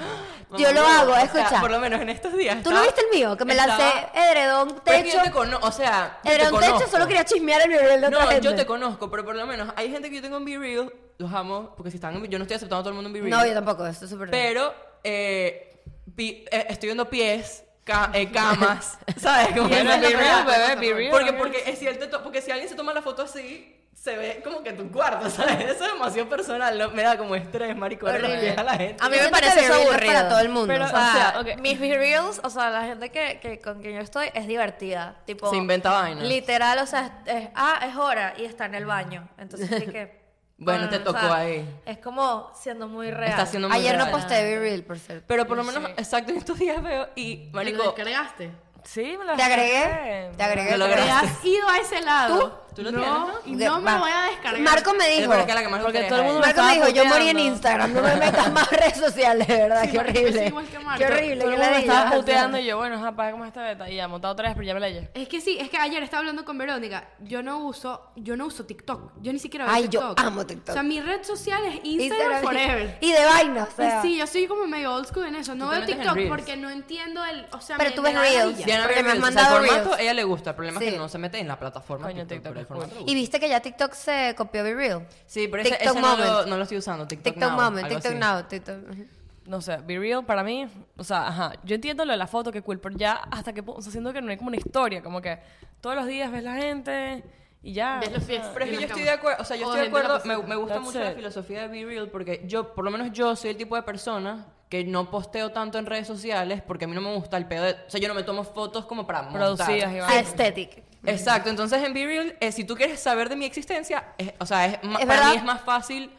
Yo lo
Mamá,
hago,
o sea,
escucha.
por lo menos en estos días.
¿Tú no
estaba-
viste el mío? Que me lancé
estaba-
edredón,
Pero es Pues que
techo.
yo te cono- o sea, yo te
edredón, techo,
conozco.
solo quería chismear el Be Real de otra
No,
gente.
yo te conozco, pero por lo menos hay gente que yo tengo en Be Real, los amo, porque si están en- yo no estoy aceptando a todo el mundo en Be Real.
No, yo tampoco, eso es súper
Pero eh, pi- eh, estoy viendo pies, ca- eh, camas, ¿sabes? Como
Be
que no es la
real,
verdad.
bebé, be real.
Porque, porque, es cierto, porque si alguien se toma la foto así, se ve como que en tu cuarto, ¿sabes? Eso es demasiado personal, ¿no? me da como estrés, marico, de
Horrible.
a la gente.
A mí
Yo
me
siento que
parece
Be Real es
aburrido.
para
Para
todo
todo
el
el mundo.
Pero,
O
o
sea,
sea, ok.
ah, mis Be reels, o sea, la gente que, que con quien yo estoy es divertida. Tipo,
Se inventa vainas.
Literal, o sea, es, es- ah, es hora y está en el baño. Entonces, así que.
Bueno, te
o
tocó
sea,
ahí.
Es como siendo muy real.
Está siendo muy
Ayer no
real.
posté Be Real, por cierto.
Pero por lo menos, exacto, en estos días veo y,
¿Te lo
marico,
descargaste?
Sí, me lo
Te agregué, te agregué.
Me lo
te
¿Te
agregué.
has ido a ese lado?
¿Tú? ¿Tú lo
no,
tienes?
y no me
Va.
voy a descargar.
Marco me
es
dijo.
la que la que más lo
Porque
crees
todo el
a
mundo
él.
Marco me dijo, yo morí en
puteando.
Instagram, no me metas más redes sociales, de verdad,
Sí,
qué
Marco,
horrible.
es igual que Marco.
Qué horrible,
Todo
qué
el mundo me estaba
ladilla.
puteando y yo, bueno, ajá, paga como esta beta. Y ya, montado tres, pero ya me la llevé.
Es que sí, es que ayer estaba hablando con Verónica. Yo no uso, yo no uso TikTok. Yo ni siquiera veo
Ay, yo
TikTok.
amo TikTok.
O sea, mi red social es Instagram,
Instagram.
forever.
Y de vaina, o sea.
sí, yo soy como medio old school en eso. No
Tú te
veo
metes en
TikTok
Reels.
porque no entiendo el, o sea,
Pero
me-
tú
me
ves
da
Reels.
ladilla.
Diana
Porque
ve
me han
Reels, o sea,
mandado
el formato
Reels.
ella le gusta, el problema es
Sí.
que no se mete en la plataforma
Coño,
TikTok, pero el
TikTok es
formato
Y viste que ya TikTok se copió Be Real.
Sí, pero ese,
TikTok
ese no,
Moment.
lo, no lo estoy usando. TikTok,
TikTok
Now,
Moment,
algo
TikTok
así.
Now, TikTok. ujú.
No sé, Be Real para mí, o sea, ajá, yo entiendo lo de la foto, que cool, pero ya hasta que, o sea, siento que no hay como una historia, como que todos los días ves la gente y ya.
Ves
o
los
sea,
fiestas.
Pero
en
es que yo
la
estoy
cama.
de acuerdo, o sea, yo
O
Oh,
estoy de
gente en la
acuerdo, me,
posada.
me gusta
That's
mucho la
it.
filosofía de Be Real porque yo, por lo menos yo soy el tipo de persona que no posteo tanto en redes sociales porque a mí no me gusta el pedo de, o sea, yo no me tomo fotos como para montar.
Producidas, Iván.
Aesthetic.
Exacto, entonces en Be Real, eh, si tú quieres saber de mi existencia, es- o sea, es, ma-
Es
para
verdad.
mí es más fácil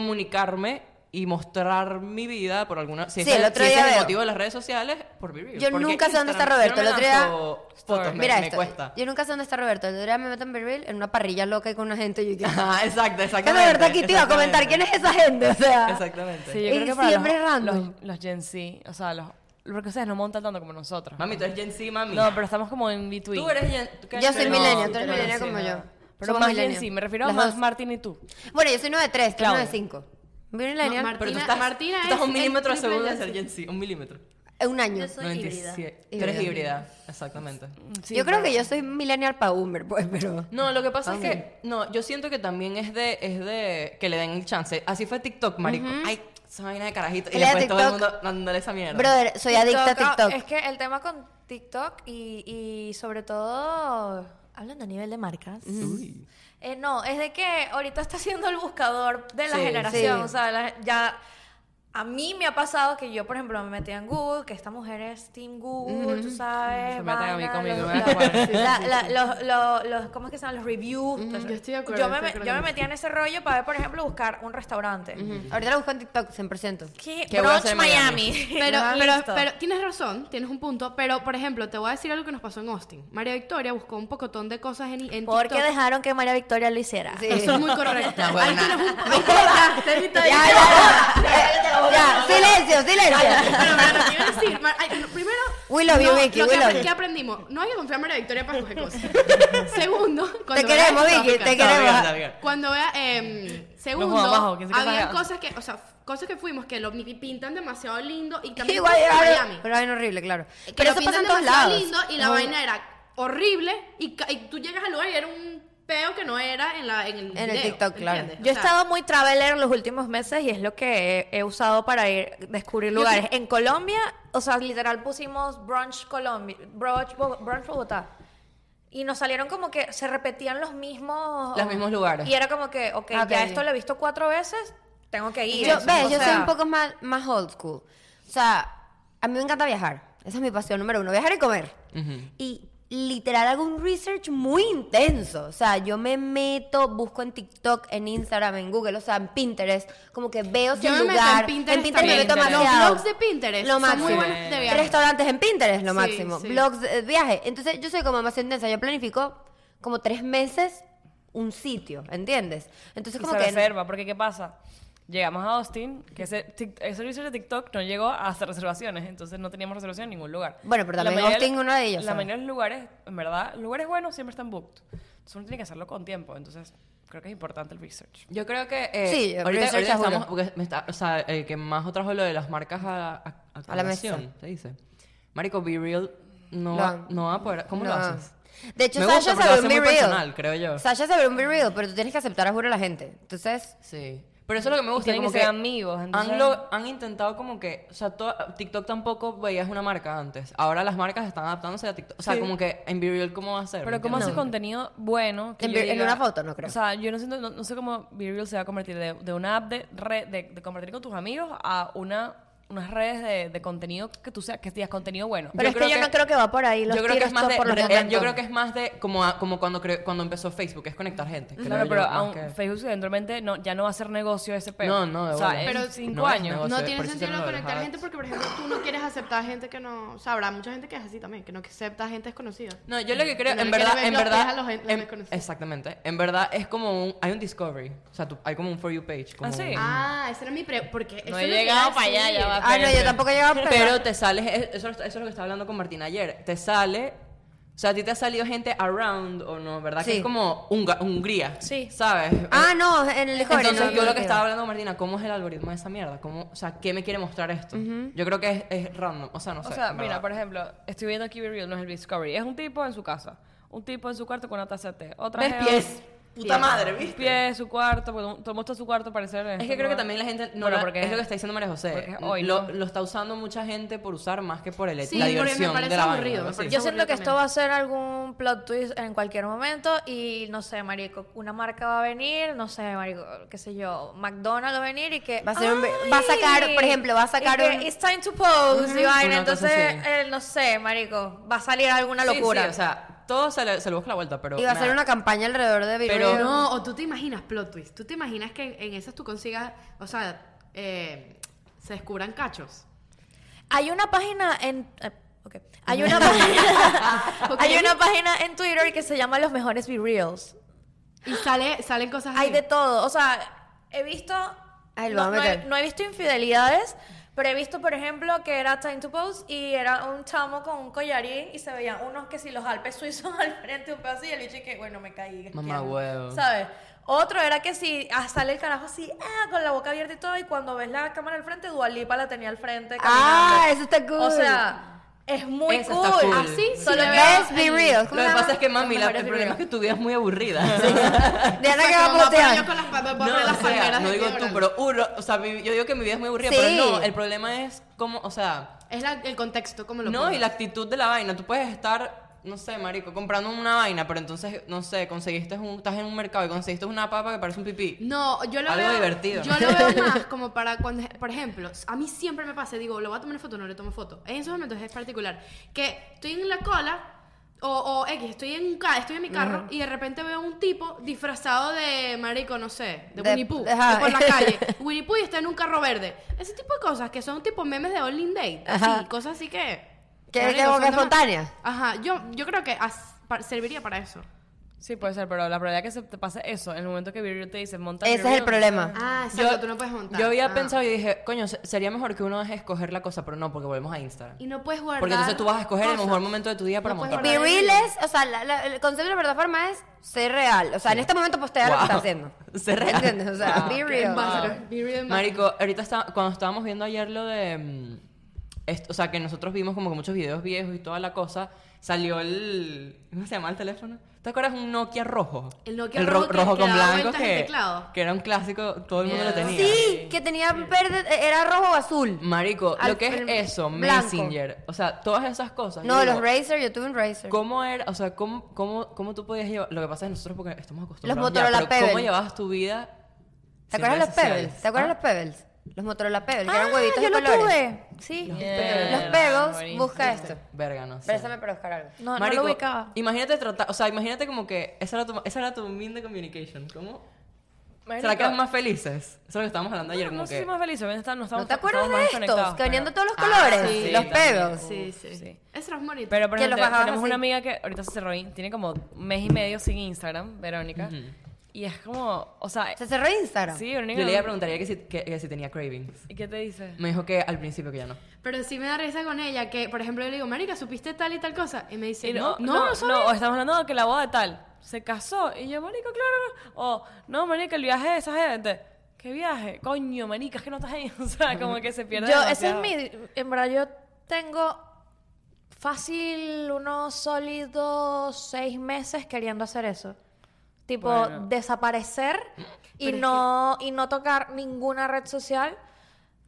comunicarme y mostrar mi vida por alguna... Si
Sí,
ese,
el otro
si ese
día
es el
veo.
motivo de las redes sociales, por Be Real.
Yo
Porque
nunca sé dónde está
Instagram-
Roberto,
yo no
el
me
otro día-
lanzo Fotos, me,
Mira
me
esto.
cuesta.
Yo nunca sé dónde está Roberto. El otro día me meto en Be Real en una parrilla loca y con una gente. Y yo, ¿qué
Ajá, exacto, exactamente.
Roberto aquí te iba a comentar quién
Ah, exactamente.
es esa gente? O sea.
Exactamente.
Sí, yo creo
Y
que para
siempre
los,
es random.
Los, los Gen Z, o sea, los, porque ustedes no montan tanto como nosotros.
Mami, tú eres Gen Z, mami.
No, pero estamos como en between.
Tú eres Gen ¿tú qué
Yo
eres?
soy
No,
millennial, tú
tú
eres
eres-
millennial como yo.
Pero
Somos
más Gen
millennial.
Z, me refiero a
Las
más
dos.
Martín y tú.
Bueno, yo soy 9 de 3, tú eres
Claudia.
9 de 5. Millennial.
Ma- Martina-
Pero tú estás,
Martina
tú estás
es
un
el
milímetro
triple
seguro de
Gen
ser
Z.
Gen Z. Un milímetro.
Eh, Un año.
Yo soy híbrida.
97. Tú eres
Híbrida.
híbrida. Exactamente.
yo creo que yo soy millennial para boomer, pues, pero.
No, lo que pasa es que. No, yo siento que también es de. Es de que le den el chance. Así fue TikTok, marico. Ay, esa vaina de carajito. Y
Que le den
después todo el
TikTok.
mundo dándole esa mierda.
Brother, soy adicta a
ah,
TikTok.
Es que el tema con TikTok y, y sobre todo, hablando a nivel de marcas.
Uy.
Eh, no, es de que ahorita está siendo el buscador de la
Sí,
generación.
sí.
O sea, la- ya. A mí me ha pasado que yo, por ejemplo, me metía en Google, que esta mujer es Team Google, tú sabes.
Se meten a mí
vaina,
conmigo,
los-
me van a jugar.
la- la- los- los- los- ¿Cómo es que se llaman? Los reviews. todo eso.
yo estoy de acuerdo,
Yo me,
estoy de acuerdo
yo me
con
metía en ese rollo para ver, por ejemplo, buscar un restaurante.
Ujú. Ahorita la busco en TikTok, 100%.
¿Qué?
¿Qué voy a
Brunch
hacer en
Miami.
Miami?
Pero,
Ah,
pero,
listo.
pero tienes razón, tienes un punto. Pero, por ejemplo, te voy a decir algo que nos pasó en Austin. María Victoria buscó un pocotón de cosas en, en
¿Por qué
TikTok.
dejaron que María Victoria lo hiciera?
Sí.
Eso es muy correcto.
No,
Ahí
bueno,
tienes un punto.
Ya, ya, ya. Eh, ya, silencio, silencio.
Bueno, bueno, te iba a decir, Mar- ay, no, primero.
We love you,
no,
Vicky,
lo
we
que,
love
apre-
you.
que aprendimos? No hay que confiar en María Victoria para escoger cosas. Segundo,
Te
cuando
queremos,
veas-
Vicky, te
Está bien,
queremos.
está bien.
Cuando vea. em, segundo,
No jodas, Majo, que se
habían
casaría.
cosas que. O sea, cosas que fuimos que lo ni- pintan demasiado lindo y también
Igual
fuimos a
era-
Miami. Eh,
Pero vaina horrible, claro.
que
pero
lo
eso pasa
pintan
en todos
demasiado
lados.
lindo y la
No.
vaina era horrible y, ca- y tú llegas al lugar y era un peo que no era en la en el,
En el
video,
TikTok, claro.
¿entiendes?
Yo he
O sea,
estado muy traveler en los últimos meses y es lo que he, he usado para ir descubrir lugares. En Colombia, o sea, literal pusimos brunch Colombia, brunch, Bo- brunch Bogotá. Y nos salieron como que se repetían los mismos...
Los mismos lugares.
Y era como que, ok,
Ah, Ok.
ya esto lo he visto cuatro veces, tengo que ir.
Yo,
O
ves, yo
sea,
soy un poco más, más old school. O sea, a mí me encanta viajar. Esa es mi pasión número uno, viajar y comer. Y literal hago un research muy intenso. O sea, yo me meto, busco en TikTok, en Instagram, en Google, o sea, en Pinterest. Como que veo ese
Yo me meto en
lugar.
Pinterest
me
también.
meto
Los
demasiado.
blogs de Pinterest
Lo
son muy
máximo.
buenos de viaje.
Restaurantes en Pinterest, lo
Sí,
máximo.
sí.
Blogs de viaje. Entonces, yo soy como más intensa. Yo planifico como tres meses un sitio, ¿entiendes? Entonces,
Y
como
se
que...
reserva, porque ¿qué pasa? Llegamos a Austin, que ese, tic- ese servicio de TikTok no llegó a hacer reservaciones, entonces no teníamos reservación en ningún lugar.
Bueno, pero
La
también
mayoría-
Austin, uno de ellos,
La
¿sabes?
mayoría de los lugares, en verdad, lugares buenos siempre están booked. Entonces uno tiene que hacerlo con tiempo, entonces creo que es importante el research.
Yo creo que eh,
Sí, yo
ahorita,
research
ahorita
seguro.
estamos, porque me está, o sea, el que más otra fue lo de las marcas a, a,
A la mesa.
colación, se dice. Marico, Be Real no,
Lo-
va, no va a poder, ¿cómo lo
No.
haces?
De hecho,
Me gusta
Sasha
porque
se
lo
ve un
hace muy
be real.
personal, creo yo.
Sasha se ve un be real, pero tú tienes que aceptar a juro a la gente. Entonces,
Sí. Pero eso es lo que me gusta.
tienen
como
que ser amigos, entonces-
Han, lo- han intentado como que... O sea, toda- TikTok tampoco veías una marca antes. Ahora las marcas están adaptándose a TikTok. O sea, como que en Be Real, ¿cómo va a ser?
Pero
¿Me
¿cómo hace
entiendes?
contenido bueno? que
En
yo
vi- en una foto, no creo.
O sea, yo no, siento- no, no sé cómo Virreal se va a convertir de, de una app de, red, de, de compartir con tus amigos a una, unas redes de, de contenido que tú seas, que digas contenido bueno.
Pero
Yo
es que
creo
yo
que-
no creo que va por ahí los
yo creo que
tiros
es más de,
por los
re- eh,
momentos.
yo creo que es más de como, a- como cuando creo- cuando empezó Facebook es conectar gente creo
Claro,
yo,
pero
más
aún
que-
Facebook eventualmente no, ya no va a ser negocio ese pedo.
No, no, de
O sea,
bola.
en
Pero
cinco
no es
años.
negocio.
No
sé,
tiene
por eso
sentido
no
no
lo
conectar
dejaba.
gente porque, por ejemplo, tú no quieres aceptar gente que no... O sea, habrá mucha gente que es así también, que no acepta gente desconocida.
no yo lo que creo
Pero
en
le quiere
verdad
ver
en
los pies
verdad
a los- los
en-
desconocidos.
exactamente en verdad es como un, hay un discovery o sea tú- hay como un for you page como
Ah, sí.
un-
Ah, esa era mi pre... Porque eso
he
es lo que
llegado
iba a
para allá,
decir.
ya va.
ah, no, yo
Espérate.
tampoco llegaba a
pero te sales es- eso, eso es lo que estaba hablando con Martín ayer te sale o sea a ti te ha salido gente around o no verdad que
Sí.
es como Hunga- Hungría
Sí.
sabes
Ah, no, en el Discovery.
Entonces,
no,
yo
no,
lo
no.
que estaba hablando con Martina, ¿cómo es el algoritmo de esa mierda? ¿Cómo, o sea, ¿qué me quiere mostrar esto? Yo creo que es, es random. O sea, no sé.
O sea,
en
mira,
verdad.
por ejemplo, estoy viendo aquí Be Real, no es el Discovery. Es un tipo en su casa. Un tipo en su cuarto con una taza de té. Otra
¿Ves
jeva-
pies? Puta madre,
Sus
¿viste?
pies, su cuarto, porque un- tomó todo su cuarto para parecer.
Es que creo que también la gente no
Bueno,
la-
porque-
es lo que está diciendo María
porque
José.
es hoy,
lo,
¿no?
lo está usando mucha gente por usar más que por el
Sí,
la
porque me
diversión
parece
de la vaina,
aburrido,
algo
me
así.
parece
Yo
aburrido
siento que esto
también.
va a ser algún plot twist en cualquier momento y no sé, marico, una marca va a venir, no sé, marico, qué sé yo, McDonald's va a venir y que
Va a ser un-
¡ay!
va a sacar, por ejemplo, va a sacar
y que,
un-
It's time to pose, y vaina,
Una cosa
entonces
así.
eh, no sé, marico, va a salir alguna
Sí, sí,
locura.
o sea, todo se le, se le busca la vuelta, pero.
Iba a
me
hacer
da-
una campaña alrededor de Be
Pero-
Real.
No, o tú te imaginas plot twist. Tú te imaginas que en, en esas tú consigas, o sea, eh, se descubran cachos.
Hay una página en eh, ok. Hay una página,
Ok.
hay una página en Twitter que se llama Los mejores Be Reals.
Y sale, salen cosas así.
Hay de todo. O sea, he visto.
Ay, lo
no,
voy a
no he,
meter.
no he visto infidelidades, pero he visto, por ejemplo, que era Time to Pose y era un chamo con un collarín y se veían unos que si los Alpes suizos al frente, un pedazo y el bicho y que, bueno, me caí.
Mamá
¿qué hago?
huevo.
¿Sabes? Otro era que si ah, sale el carajo así, ah, con la boca abierta y todo, y cuando ves la cámara al frente, Dualipa la tenía al frente.
Ah,
caminando.
eso está cool.
O sea, es muy
Eso
cool.
está cool.
Así, sí
Solo
le veo
¿Ves? Be Real. ¿Cómo
Lo que
se
pasa
llama?
es que, mami, la-
Mejores
el problema
videos.
es que tu vida es muy aburrida.
Diana que va
Exacto,
a postear.
yo con las, pa- pa-
No,
poner las
o sea,
palmeras
no
de
digo
Jordan.
tú, pero uno, o sea, mi- yo digo que mi vida es muy aburrida,
Sí.
pero no, el problema es cómo, o sea,
Es la- el contexto, como lo
no,
pongas.
y la actitud de la vaina, tú puedes estar, no sé, marico, comprando una vaina, pero entonces, no sé, conseguiste un, estás en un mercado y conseguiste una papa que parece un pipí.
No, yo lo
Algo
veo.
divertido.
Yo lo veo más como para cuando, por ejemplo, a mí siempre me pasa, digo, lo voy a tomar foto, no le tomo foto. En esos momentos es particular. Que estoy en la cola. O, o X, estoy en, un ca- estoy en mi carro y de repente veo a un tipo disfrazado de marico, no sé, de,
De-
Winnie Pooh,
ajá.
por la calle. Winnie Pooh y está en un carro verde. Ese tipo de cosas que son tipo memes de All in Date.
Ajá.
Sí, cosas así que.
Que- que
son
boca
demás-
espontánea.
Ajá, yo, yo creo que as- pa- serviría para eso.
Sí, puede ser, pero la probabilidad que se te pase eso, en el momento que Virgil te dice, monta
Ese
your
es el
reel",
problema.
Ah, exacto, tú no puedes montar.
Yo había
Ah.
pensado y dije, coño, se- sería mejor que uno deje escoger la cosa, pero no, porque volvemos a Instagram.
Y no puedes guardar.
Porque entonces tú vas a escoger el
cosas.
mejor momento de tu día para
No puedes
montar.
Be real es, o sea, la- la- el concepto de la plataforma es ser real. O sea, en este momento postea lo que
Wow.
estás haciendo.
Ser real.
¿Entiendes? O sea, be
En
real.
base- be real en base-
Marico, ahorita está, cuando estábamos viendo ayer lo de... mm, esto- o sea, que nosotros vimos como que muchos videos viejos y toda la cosa, salió el... ¿Cómo se llama el teléfono? ¿Te acuerdas un Nokia rojo?
El Nokia
ro-
rojo que- que
con
daba
blanco
vueltas el
que,
teclado.
que era un clásico, todo el mundo lo tenía.
Sí, que tenía verde, era rojo o azul.
Marico,
Al-
lo que es
el-
eso,
blanco.
Messenger, o sea, todas esas cosas.
No,
yo
los
digo,
Razer, yo tuve un Razer.
¿Cómo era? O sea, ¿cómo, cómo, cómo tú podías llevar? Lo que pasa es nosotros porque estamos acostumbrados.
Los
ya,
Motorola
pero ¿Cómo
Pebble.
llevabas tu vida?
¿Te
sin
acuerdas los
redes
Pebbles?
sociales?
¿Te acuerdas
¿Ah?
los Pebbles? Los Motorola Pebbles, que
Ah,
eran huevitos
yo
de
lo
colores.
tuve. Sí.
Mierda,
Los Pebbles,
buenísimo.
busca esto.
Verga, no sé.
Présame para buscar algo.
No,
Marico,
no lo ubicaba.
Imagínate tratar, o sea, imagínate como que esa era tu, esa era tu mean de communication. ¿Cómo?
Marico,
¿Será que eran más felices? Eso es lo que estábamos hablando ayer.
No,
como
no sé
que-
si más feliz, obviamente está- no estamos,
¿No te acuerdas de
estamos más
estos?
desconectados,
Que venían de
pero-
todos los colores.
sí,
los
también.
Pebbles.
Sí, sí.
sí.
Ese era bonito.
Pero por
Que los
ejemplo,
bajabas
tenemos
así.
una amiga que ahorita se cerró, in- tiene como mes y medio sin Instagram, Verónica. Y es como, o sea,
¿Se cerró Instagram?
sí, Verónica.
Yo le iba a preguntaría que si, que- que si tenía cravings.
¿Y qué te dice?
Me dijo que al principio que ya no.
Pero sí me da risa con ella que, por ejemplo, yo le digo, Marica, ¿supiste tal y tal cosa? Y me dice,
Y
no, no,
no,
no, sabía".
o estamos hablando de que la boda de tal se casó. Y yo, marico, claro. O, no, marica, el viaje de esa gente. ¿Qué viaje? Coño, marica, es que no estás ahí. O sea, como que se pierde
Yo, ese es
demasiado.
mi. En verdad, yo tengo fácil unos sólidos seis meses queriendo hacer eso. Tipo,
Bueno.
desaparecer y no, y no tocar ninguna red social.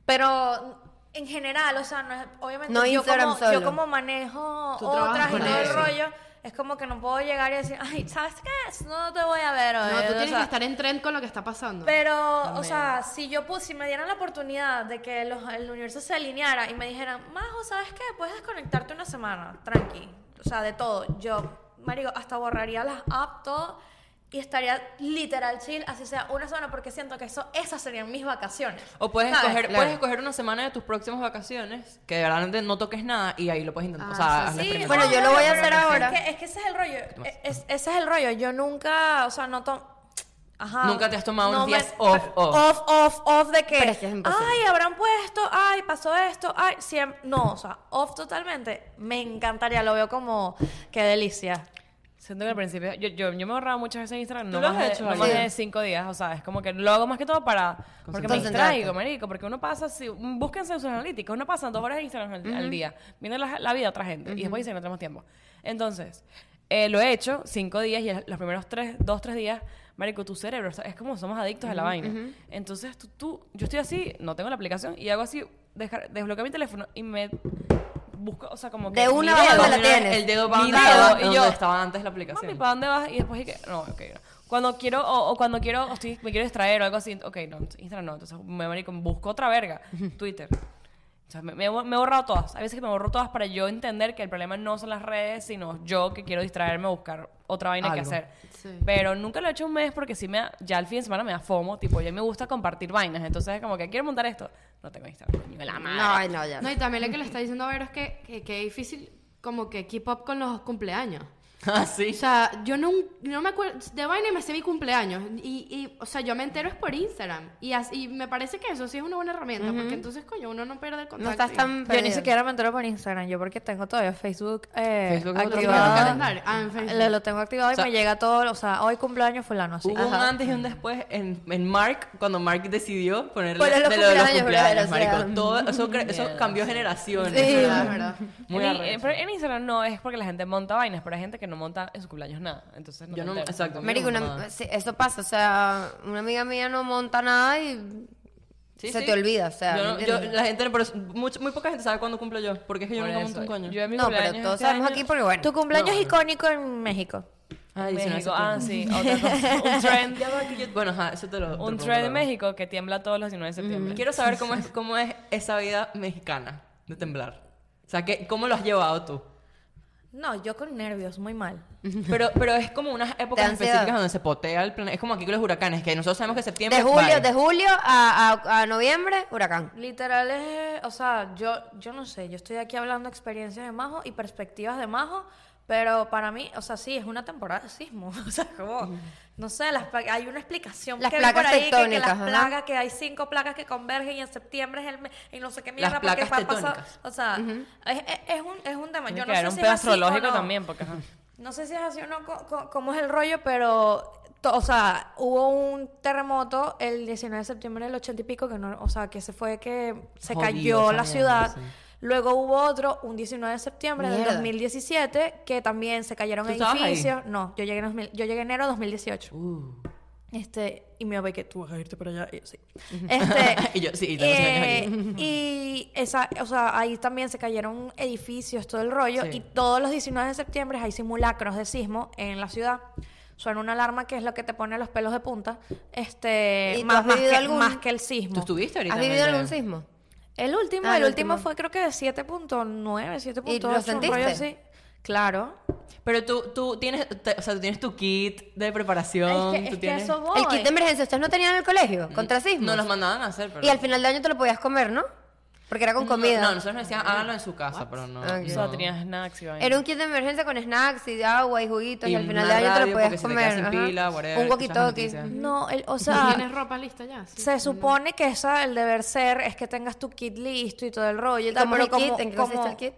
Pero en general, o sea, no es- obviamente
No
yo,
Instagram
como,
solo.
yo como manejo
Tú trabajas
otras y
con
todo el
eso.
rollo, es como que no puedo llegar y decir, ay, ¿sabes qué? No te voy a ver hoy.
No, tú
O
tienes
sea,
que estar en tren con lo que está pasando.
pero, o sea, si yo pus- si me dieran la oportunidad de que los- el universo se alineara y me dijeran, Majo, ¿sabes qué? Puedes desconectarte una semana, tranqui. O sea, de todo. Yo, marico, hasta borraría las apps, todo. Y estaría literal chill, así sea una semana, porque siento que eso, esas serían mis vacaciones.
O puedes
¿Sabes?
escoger,
Claro.
puedes escoger una semana de tus próximas vacaciones, que de verdad no toques nada y ahí lo puedes intentar. o sea,
Ah,
haz la
Sí,
experimentación.
Bueno,
no,
yo lo voy a
pero
hacer
es que-
ahora.
Es que, es que ese es el rollo. E- es- ese es el rollo. Yo nunca, o sea, no tomo. Ajá.
Nunca te has tomado unos
me-
días off, off.
Off, off, off de que.
Pero es que es imposible.
ay, habrán puesto, ay, pasó esto, ay, siempre. No, o sea, off totalmente. Me encantaría, lo veo como. Qué delicia.
Siento que al principio, yo, yo, yo me ahorraba muchas veces en Instagram, no,
lo has
más, de,
hecho,
no
Ale?
más
Sí.
de cinco días, o sea, es como que lo hago más que todo para, porque me
Concentrarte.
distraigo, marico, porque uno pasa, si, búsquense sus analíticos, uno pasa dos horas en Instagram al, al día, viendo la, la vida de otra gente, y después dice, no tenemos tiempo. Entonces, eh, lo he hecho cinco días, y el- los primeros tres, dos, tres días, marico, tu cerebro, o sea, es como somos adictos a la vaina. Entonces, tú, tú, yo estoy así, no tengo la aplicación, y hago así, dejar, desbloqueo mi teléfono, y me busco, o sea, como que...
De una
mi
vez
dedo,
la
Mira,
tienes.
El dedo
Mi
va
dedo,
a
y
y
yo-
yo estaba antes la aplicación.
Mami, ¿para dónde vas? Y después dije, no, ok, no. Cuando quiero, o, o cuando quiero, o estoy- me quiero distraer o algo así, ok, no, Instagram no. Entonces me marico, busco otra verga, Twitter. O sea, me, me he bo- me he borrado todas. Hay veces que me borro todas para yo entender que el problema no son las redes, sino yo que quiero distraerme a buscar otra vaina que
Algo.
hacer.
Sí.
Pero nunca lo he hecho un mes porque sí me da- ya el fin de semana me da fomo. Tipo, ya me gusta compartir vainas. Entonces es como que quiero montar esto. No tengo Instagram, coño de la madre.
No, ay, no, ya.
No, y también lo que le está diciendo Vero es que, que, que es difícil como que keep up con los cumpleaños.
Ah,
O
sí.
sea, yo no, no me acuerdo, de vaina me sé mi cumpleaños. Y, y, o sea, yo me entero es por Instagram. Y, as- y me parece que eso sí es una buena herramienta, porque entonces, coño, uno no pierde el contacto.
No estás
y-
tan
Yo ni
perdido.
siquiera me entero por Instagram, yo porque tengo todavía Facebook, eh,
Facebook es otro
activado.
tema.
Calendario. Ah, en Facebook.
Lo, lo tengo activado y
O sea-
me llega todo, o sea, hoy cumpleaños fulano, así.
Hubo un antes y un después en, en Mark, cuando Mark decidió ponerle
Poner los
de lo de los
cumpleaños,
cumpleaños,
brother, o sea.
marico. Todo, eso, cre- eso cambió generaciones.
Sí.
Es verdad, es verdad.
Muy
en,
arrecho.
eh, pero en Instagram no es porque la gente monta vainas, pero hay gente que no monta en sus cumpleaños nada. Entonces no
Yo
te
no,
enteras.
exacto.
Marico, una- sí, eso pasa, o sea, una amiga mía no monta nada y se te olvida, o sea,
Yo no-
¿me
yo-
entiendes?
la gente, pero es- mucho- muy poca gente sabe cuándo cumplo yo, porque es que yo
Por
nunca
eso.
monto un coño.
Yo en mi
no, pero
cumpleaños
todos
este
sabemos
año-
aquí porque bueno.
Tu cumpleaños icónico en México.
Ah, 19 de
México,
septiembre.
ah, sí, otra cosa. Un trend,
Ya va que yo- Bueno, ajá, eso te lo. te lo
un
pregunto
trend de
luego.
México que tiembla todos los 19 de septiembre.
Quiero saber cómo es, cómo es esa vida mexicana de temblar. O sea, que, ¿cómo lo has llevado tú?
No, yo con nervios, muy mal.
Pero, pero es como unas épocas
ansiedad.
específicas donde se potea el planeta. Es como aquí con los huracanes, que nosotros sabemos que septiembre
De julio,
bye.
de julio a, a- a noviembre, huracán.
Literal es, o sea, yo, yo no sé, yo estoy aquí hablando experiencias de Majo y perspectivas de Majo, Pero para mí, o sea, sí, es una temporada de sismo. O sea, como, no sé, las, pla- hay una explicación
Las
que vi
placas
por ahí, que- que,
tectónicas,
las
ajá.
plagas, que hay cinco placas que convergen y en septiembre es el mes, y no sé qué mierda, porque
placas
va a pasar-
tectónicas.
O sea, es, es- es un, es un tema. Yo no
que era
sé
un
si
pedo
es así o
astrológico
no.
también, porque ajá.
No sé si es así o no, co- co- cómo es el rollo, pero, to- o sea, hubo un terremoto el 19 de septiembre del 80 y pico, que no, o sea, que se fue, que se
Jodido
cayó
esa
la
mierda,
ciudad.
sí.
Luego hubo otro, un 19 de septiembre del
Mierda.
2017, que también se cayeron
¿Tú estabas ahí?
edificios. No, yo llegué, en 2000 yo llegué en enero de 2018.
Uh.
Este, y mi papá y que tú vas a irte para allá. Y yo, sí. Este, eh,
Y yo, sí, y tengo seis años
y esa, o sea, ahí también se cayeron edificios, todo el rollo.
Sí.
Y todos los 19 de septiembre hay simulacros de sismo en la ciudad. Suena una alarma que es lo que te pone los pelos de punta. Este,
¿Y tú
más,
has
más
vivido
que,
algún-
más que el
¿Tú
sismo.
estuviste ahorita?
¿Has
en el
vivido
de-
algún sismo?
El último,
Ah,
el,
el
último,
último.
fue creo que de 7.9, 7.8, un
sentiste?
rollo así. Claro.
Pero tú, tú tienes, te- o sea, tú tienes tu kit de preparación.
es que,
tú
es que
tienes-
eso voy.
El kit de emergencia, ¿ustedes no tenían en el colegio? Contra sismos.
Mm, No nos mandaban a hacer, pero...
Y al final de año te lo podías comer, ¿no? Porque era con
No,
comida.
No, nosotros nos decían, háganlo en su casa, pero no.
Ah,
O
ok.
no.
sea, tenías snacks y vaina.
Era un kit de emergencia con snacks y de agua y juguitos y, al final
una
del año te lo
radio, porque
podías
si quedas
comer.
sin
ajá.
pila, whatever,
un
escuchas las
walkie-talkie.
noticias.
No, el- o sea,
Ah. ¿Tienes ropa lista ya? Sí.
Se supone que esa, el deber ser es que tengas tu kit listo y todo el rollo. Y
¿Y
tal,
cómo es
pero
el kit?
como-
¿En qué consiste
como-
el kit?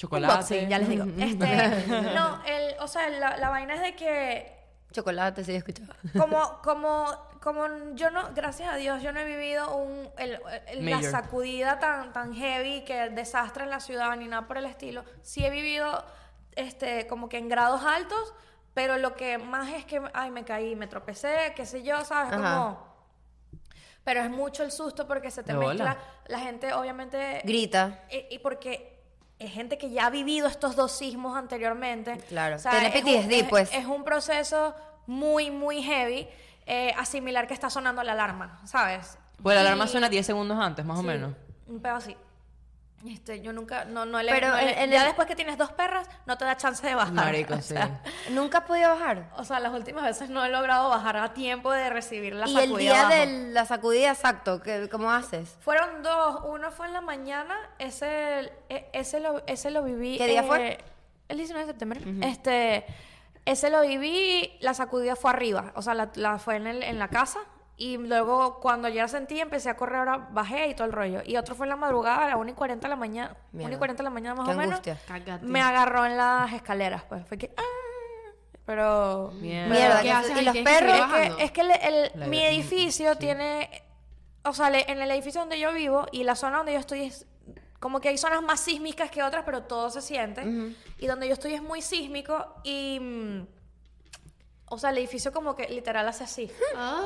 Chocolate.
unboxing, ya les digo. Este, no, el, o sea, la, la vaina es de que
Chocolate, sí, he escuchado.
como, como, como yo no, gracias a Dios, yo no he vivido un, el- el- la
Mayor.
sacudida tan, tan heavy que el desastre en la ciudad ni nada por el estilo. Sí he vivido este, como que en grados altos, pero lo que más es que, ay, me caí, me tropecé, qué sé yo, ¿sabes?
Ajá.
Como... Pero es mucho el susto porque se te
De bola.
mezcla. La gente obviamente
Grita.
Eh, y, y porque es gente que ya ha vivido estos dos sismos anteriormente.
Claro. Tiene
es un-
PTSD,
es-
pues.
Es un proceso muy, muy heavy eh, asimilar que está sonando la alarma, ¿sabes?
Pues la alarma
Y-
suena 10 segundos antes, más o
sí,
menos.
Un pedo así. Este, yo nunca, no, no le,
Pero
no le-
en- en
ya
el-
después que tienes dos perras, no te da chance de bajar.
Marico,
o
sí.
sea,
Nunca has podido bajar.
o sea, las últimas veces no he logrado bajar a tiempo de recibir la
Y
sacudida
el día
abajo.
de la sacudida, exacto, ¿qué- ¿cómo haces?
Fueron dos, uno fue en la mañana, ese, e- ese, lo, ese lo viví. eh,
¿Qué día fue?
El 19 de septiembre. Este, ese lo viví, la sacudida fue arriba, o sea, la, la fue en, el- en la casa. Y luego, cuando ya sentí, empecé a correr, ahora bajé y todo el rollo. Y otro fue en la madrugada, a las 1 y 40 de la mañana.
Mierda.
1 y 40 de la mañana más
Qué
o menos.
angustia.
Cágate.
Me agarró en las escaleras, pues. Fue que. "Ah", Pero.
Mierda.
Mierda,
¿qué
que-
haces
y
ahí?
los
Tienes que
perros.
seguir
Es
bajando.
que, es que le- el-
La
mi
gra-
edificio tiene. O sea, le- en el edificio donde yo vivo y la zona donde yo estoy es. Como que hay zonas más sísmicas que otras, pero todo se siente. Y donde yo estoy es muy sísmico y. mm, O sea, el edificio como que literal hace así.
Ah.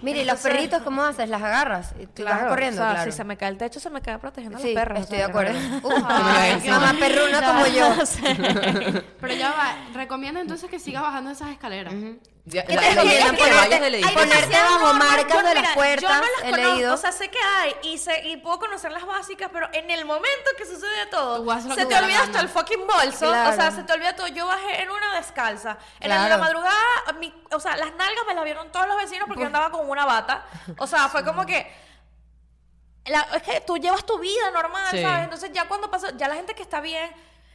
Mire, ¿y los
Entonces-
perritos cómo haces? ¿Las agarras? Y tú vas corriendo,
o sea,
claro.
si se me cae el techo, se me cae protegiendo a
Sí,
los perros. o
estoy de
sea,
acuerdo. Uf,
Ay, qué
mamá
bonita.
perruna como yo.
Pero ya va, recomiendo entonces que sigas bajando esas escaleras.
Ya-
¿Qué
la-
te
la-
recomiendan
que
por
vayas
antes?
del
Hay
edificio.
Ponerte
demasiadas
bajo
normas.
marcas
Yo,
de las
Yo no
puertas,
las
he
conozco,
leído.
o sea, sé que hay y, sé, y puedo conocer las básicas, pero en el momento que sucede
Tú
todo,
haces lo
se
que
te
te da la
olvida
gana.
hasta el fucking bolso, o sea,
Claro.
se te olvida todo. Yo bajé en una descalza. En la- la
Claro.
madrugada, mi- o sea, las nalgas me las vieron todos los vecinos porque yo andaba con una bata. O sea, fue como que... la- es que tú llevas tu vida normal,
Sí.
¿sabes? Entonces ya cuando pasa, ya la gente que está bien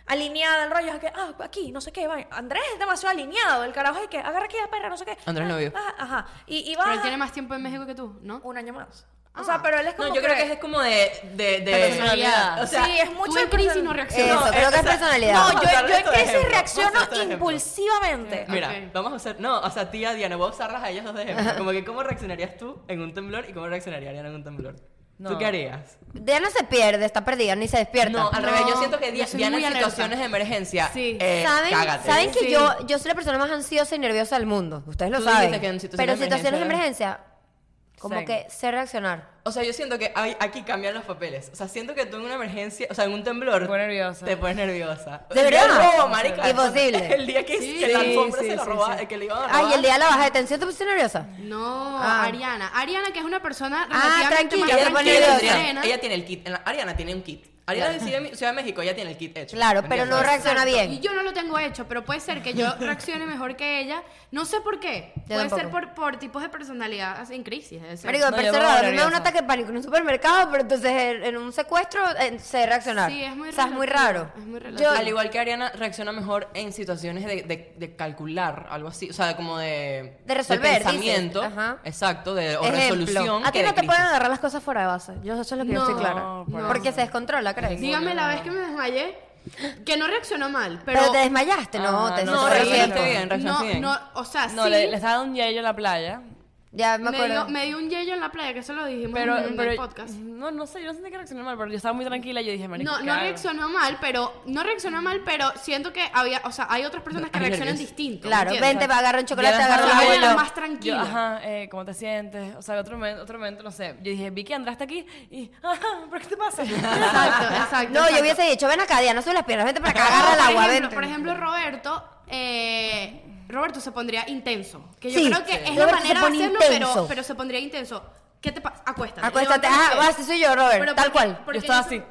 alineada el rollo es que, ah, aquí, no sé qué, va. Andrés es demasiado alineado, el carajo es que, agarra aquí la perra, no sé qué.
Andrés
Ah,
novio.
ah, Ajá, y, y
Pero él
baja
tiene Ah. más tiempo en México que tú, ¿no?
un año más. O sea, pero él es
No,
como
yo creo que es como de... de, de
Personalidad.
O sea,
sí, es mucho
Tú en
de
crisis
person-
no reaccionas.
Eso,
No,
creo
eh,
que
o
es
sea,
personalidad.
No,
Vamos a
yo,
usar
yo en
estos
crisis
ejemplos,
reacciono
vamos a usar estos ejemplos.
impulsivamente.
Mira,
Ok.
vamos a usar... No, o sea, a ti, a Diana, voy a usarlas a ellas dos de ejemplo. Como que cómo reaccionarías tú en un temblor y cómo reaccionaría Diana en un temblor.
No.
¿Tú qué harías?
Diana se pierde, está perdida, ni se despierta.
No, al
No,
revés, yo siento que
yo
Dia-
soy
Diana
muy
en
alerta.
situaciones de emergencia.
Sí.
eh,
¿Saben,
cágate.
¿saben que
Sí.
yo, yo soy la persona más ansiosa y nerviosa del mundo? Ustedes lo
Tú dijiste
saben.
que en situaciones
Pero
de
en situaciones de
emergencia-
emergencia, como
Zen.
que sé reaccionar.
O sea, yo siento que hay- aquí cambian los papeles. O sea, siento que tú en una emergencia, o sea, en un temblor.
Te pones nerviosa.
Te pones nerviosa.
¿De
El día del
verdad?
robo, marica.
Imposible.
El día que,
Sí,
que la
sí,
alfombra
sí,
se la
sí,
roba,
sí.
el que le iban a robar.
Ay, el día de la baja de tensión, ¿te pusiste nerviosa?
No,
Ah.
Ariana. Ariana, que es una persona
Ah,
relativamente
tranquila,
más
se
Ella,
pone
ella
nerviosa.
tiene,
serena.
ella tiene el kit. En la- Ariana tiene un kit. Ariana es de Ciudad de- Ciudad de México, ella tiene el kit hecho.
Claro, pero no
¿Entiendes?
reacciona
Exacto.
bien.
Y yo no lo tengo hecho, pero puede ser que yo reaccione mejor que ella. No sé por qué.
Yo
puede ser
tampoco.
por, por tipos de personalidad así, en crisis. debe ser.
Marico, me
No,
parece
yo me
raro. A mí me
volvería
da un
loca.
ataque de pánico en un supermercado, pero entonces en, en un secuestro eh, sé reaccionar.
Sí, es muy
O sea, es muy
relativo,
raro.
es muy relativo.
yo,
Al igual que Ariana reacciona mejor en situaciones de, de- de calcular, algo así, o sea, como de...
De resolver, dices.
pensamiento,
Ajá.
exacto, de, o
ejemplo,
resolución.
A ti
que
no
de
te pueden
crisis.
agarrar las cosas fuera de base. Yo eso es lo que yo
No,
estoy clara.
por
porque se descontrola, ¿crees?
Dígame la vez que me desmayé, que no reaccionó mal, pero... Ah,
Pero, te desmayaste, no,
Ajá,
te
no,
No,
te-
reaccionaste
tiempo.
bien, reaccionaste
no,
bien.
no, o sea,
No,
sí,
le, le estaba dando un yello en la playa.
Ya me
me,
acuerdo.
dio, me dio un yello en la playa, que eso lo dijimos
Pero,
en, en
pero
el podcast.
no, no sé, yo no sentí que reaccioné mal, pero yo estaba muy tranquila y yo dije, marico,
No,
¿qué
no
hago?
reaccionó mal, pero no reaccionó mal, pero siento que había, o sea, hay otras personas que
Ay,
reaccionan
nervios.
distinto.
Claro,
¿entiendes?
vente, agarra un chocolate,
Ya
agarra
O
un
sea, hay una
abuelo.
más tranquila.
Yo, ajá, eh, ¿cómo te sientes? O sea, otro momento, otro momento, no sé. Yo dije, vi que Andrés está aquí y, ajá, ¿pero qué te pasa?
Exacto, exacto.
No, yo
exacto.
hubiese dicho, ven acá, Diana, sube las piernas, vente para acá,
No,
agarra el
por
agua,
ejemplo,
vente.
Por ejemplo, Roberto, eh, Roberto se pondría intenso. Que yo
Sí,
creo que
sí.
es la
Roberto
manera
se
de
pone
hacerlo,
intenso.
pero, pero se pondría intenso. ¿Qué te pasa? Acuéstate.
Acuéstate,
Levanta
ah,
los
va,
pies.
así soy yo, Robert,
Pero
tal
porque-
cual.
porque
yo estaba
yo-
así.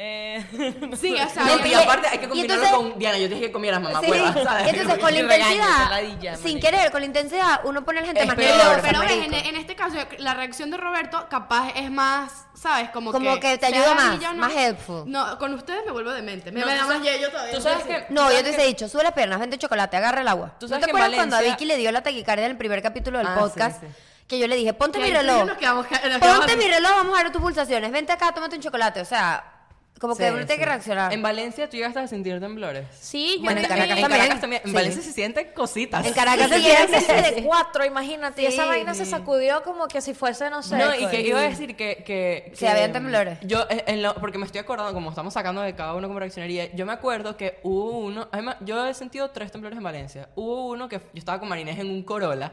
Eh,
Sí, o sea,
No,
yo-
Y aparte hay que
Y
combinarlo
entonces-
con Diana, yo te dije que comieras mamá
Sí,
hueva, ¿sabes?
entonces con la
Y regaño,
intensidad,
peladilla,
sin
marico.
querer, con la intensidad, uno pone a la gente
Es
más
peor,
nerviosa,
pero ves,
marico.
en, en este caso, la reacción de Roberto capaz es más, ¿sabes? Como,
Como que te
sea
ayuda más,
ladilla o
más helpful.
No, con ustedes me vuelvo demente. Me,
No,
me
tú
da más
sabes-
yello todavía.
Tú sabes que...
No, yo te he dicho, sube las piernas, vente chocolate, agarra el agua.
Tú
¿No
sabes
te
que en
acuerdas cuando a
Valencia-
Vicky le dio la taquicardia en el primer capítulo del
Ah, sí,
podcast?
sí.
Que yo le dije, ponte
Que
mi
ahí sí
reloj.
nos quedamos ca- nos
Ponte
quedamos-
mi reloj, vamos a ver tus pulsaciones. Vente acá, tómate un chocolate. O sea, como que
Sí,
uno tiene que
sí.
reaccionar.
En Valencia tú llegaste a sentir temblores.
Sí, yo
Bueno, en
te-
Caracas
en
también.
Caracas también. En
Sí.
Valencia se sienten cositas.
En Caracas se
Y era crisis
quieren-
de cuatro, imagínate. Y esa
Sí.
vaina se sacudió como que si fuese, no sé.
No, y que iba a decir que... que
Sí,
que,
habían temblores.
Yo, eh, en lo- porque me estoy acordando, como estamos sacando de cada uno como reaccionaría, yo me acuerdo que hubo uno... Además, yo he sentido tres temblores en Valencia. Hubo uno que yo estaba con Marinés en un Corolla,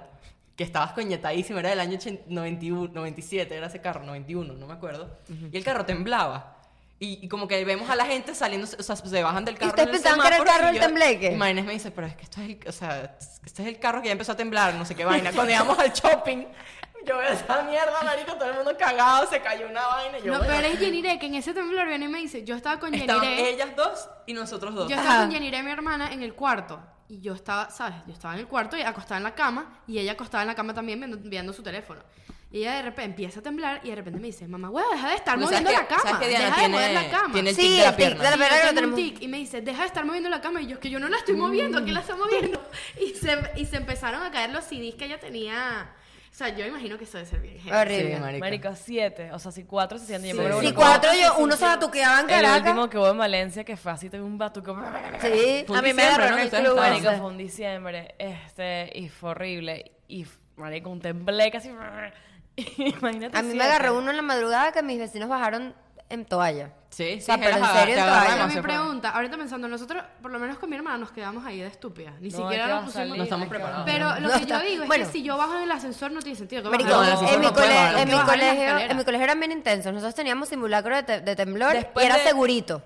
que estabas coñetadísimo, era del año 80 91, 97, era ese carro, 91, no me acuerdo. Y el carro temblaba. Y, y como que vemos a la gente saliendo, o sea, se bajan del carro.
ustedes
en el
pensaban que era el
semáforo
carro
y
del
yo-
tembleque?
y Inés me dice, pero es que esto es el, o sea, este es el carro que ya empezó a temblar, no sé qué vaina. Cuando íbamos al shopping, yo veo esa mierda, marico, todo el mundo cagado, se cayó una vaina. y Yo,
Lo
bueno,
peor es Jeniré, que en ese temblor viene y me dice, yo estaba con
estaban
Jeniré.
ellas dos y nosotros dos.
Yo estaba con Yanira, mi hermana, en el cuarto. Y yo estaba, ¿sabes? Yo estaba en el cuarto y acostada en la cama. Y ella acostada en la cama también viendo, viendo su teléfono. Y ella de repente empieza a temblar y de repente me dice, mamá, hueva, deja de estar
Pero
moviendo la
¿sabes qué?
cama.
¿Sabes qué, Diana?
deja
Tiene-
de mover la cama.
tiene el
Sí,
tic de la
el tic de la
pierna.
Y
verdad
yo
que lo
tengo un
tenemos.
tic, y me dice, deja de estar moviendo la cama. Y yo, es que yo no la estoy moviendo, ¿quién la está moviendo? Y se, y se empezaron a caer los CDs que ella tenía. O sea, yo imagino que eso debe ser bien. heavy.
Horrible.
Marico, siete. O sea, si cuatro se sienten. yo me
Sí.
acuerdo
si
uno que-
cuatro yo, uno se batuqueaba en
El
Caracas.
último que hubo en Valencia, que fue así, tuve un batuco.
Sí.
Fue un diciembre, ¿no? Ustedes estaban-
Marico, fue en diciembre, este, y fue horrible, y, marico, un tembleque así, imagínate.
A mí me
siete.
agarró uno en la madrugada que mis vecinos bajaron en toalla.
Sí, sí,
sea, pero
Jera,
en
te
serio,
agarran
todavía
Ahora
no
demasiado
mi
fuerte.
pregunta, ahorita pensando, nosotros, por lo menos con mi hermana, nos quedamos ahí de estúpidas. Ni
No,
siquiera
¿qué
nos
vas a
pusimos.
salir?
No estamos preparados.
Pero lo
No
que
está-
yo digo es
bueno.
que si yo bajo en el ascensor no tiene sentido. que
Marico,
baje.
No, en el ascensor
en, mi
no puedes
cole-
bajar.
en mi
Bajar en la
colegio,
escalera.
en mi colegio eran bien intensos. Nosotros teníamos simulacro de, te- de temblor
Después
y era
de-
segurito.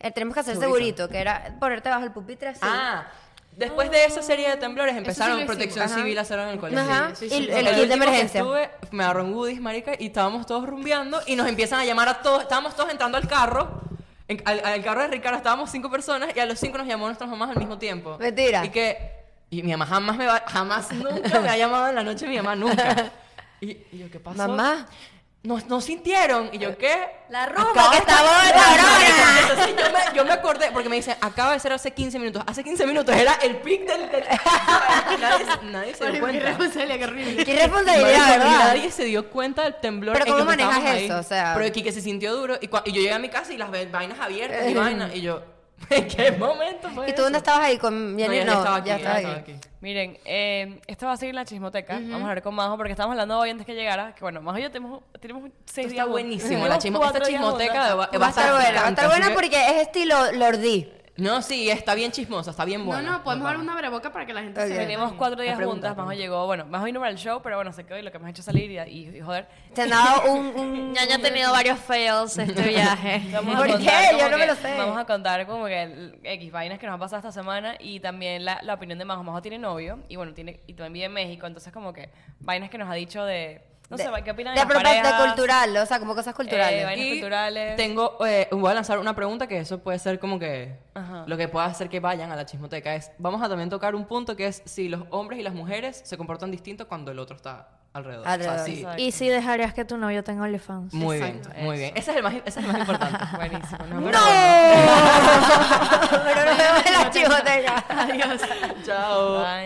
Eh, tenemos que hacer
Segurito.
segurito, que era ponerte bajo el pupitre así.
Ah, después de esa serie de temblores empezaron
lo hicimos.
Protección
Ajá.
Civil a hacer en el colegio.
Ajá.
sí, sí,
Y
sí.
el,
El
kit de
último que
emergencia.
estuve, me agarró en Woodies, marica, y estábamos todos rumbeando y nos empiezan a llamar a todos. Estábamos todos entrando al carro, en- al, al carro de Ricardo, estábamos cinco personas y a los cinco nos llamó nuestras mamás al mismo tiempo.
Mentira.
Y que, y mi mamá jamás me va, jamás, nunca me ha llamado en la noche mi mamá, nunca. Y, y yo, ¿qué pasó?
Mamá.
No, no sintieron. Y yo, ¿qué?
La rumba
Acaba
que
de
estaba
ser-
de cabrona.
Entonces yo me, yo me acordé, porque me dice, acaba de ser hace 15 minutos. Hace 15 minutos era el pic del... del- nadie, nadie se dio
Marico, qué
cuenta.
responsabilidad, qué horrible.
Qué
Marico,
responsabilidad, ¿verdad?
Nadie se dio cuenta del temblor.
Pero
en
¿cómo
que estábamos
manejas
ahí.
eso? O sea-
Pero aquí que se sintió duro. Y, cua- y yo llegué a mi casa y las ve- vainas abiertas y vainas. Y yo, ¿en qué momento fue
¿Y tú
eso?
dónde estabas ahí con
No,
Jenny?
ya,
No,
estaba aquí.
ya
Ya
estabas
estaba
aquí.
aquí.
Miren, eh, esto va a seguir en la chismoteca. Vamos a hablar con Majo porque estábamos hablando hoy antes que llegara. Que bueno, Majo y yo tenemos, tenemos un- seis
Esto
días.
está
juntos.
buenísimo.
Tenemos
La chismo- esta
cuatro días
chismoteca
juntos.
de- va,
Va a estar buena, va a estar buena
así que-
porque es estilo Lordi.
No, sí, está bien chismosa, está bien
No,
buena.
no, podemos dar
hablar
una breboca para que la gente se
Tenemos cuatro días
pregunta,
juntas. Majo
pregunta.
llegó, bueno, Majo vino para el show, pero bueno, se quedó y lo que me ha hecho salir y, y- y joder.
Te han dado un... un-
Ya he tenido varios fails este viaje.
Vamos a
¿Por
contar
qué?
como
Yo no me
que-
lo sé.
Vamos a contar como que el- X vainas que nos han pasado esta semana y también la, la opinión de Majo. Majo tiene novio y bueno, tiene y también vive en México, entonces como que vainas que nos ha dicho de No
de-
sé, ¿qué opinan
de,
de las
propuesta
parejas?
cultural, o sea, como cosas culturales.
Eh, vainas
Y
culturales.
Tengo, eh, voy a lanzar una pregunta que eso puede ser como que
Ajá.
lo que pueda hacer que vayan a la chismoteca es, vamos a también tocar un punto que es si los hombres y las mujeres se comportan distinto cuando el otro está alrededor.
Alrededor.
O sea, sí.
Exacto.
Y si dejarías que tu novio tenga OnlyFans.
Muy
Exacto.
bien, muy bien. Ese es el más, ese es el más importante.
Buenísimo. No,
¡No!
pero bueno.
Pero no me la chivoteca.
Chao.
Bye.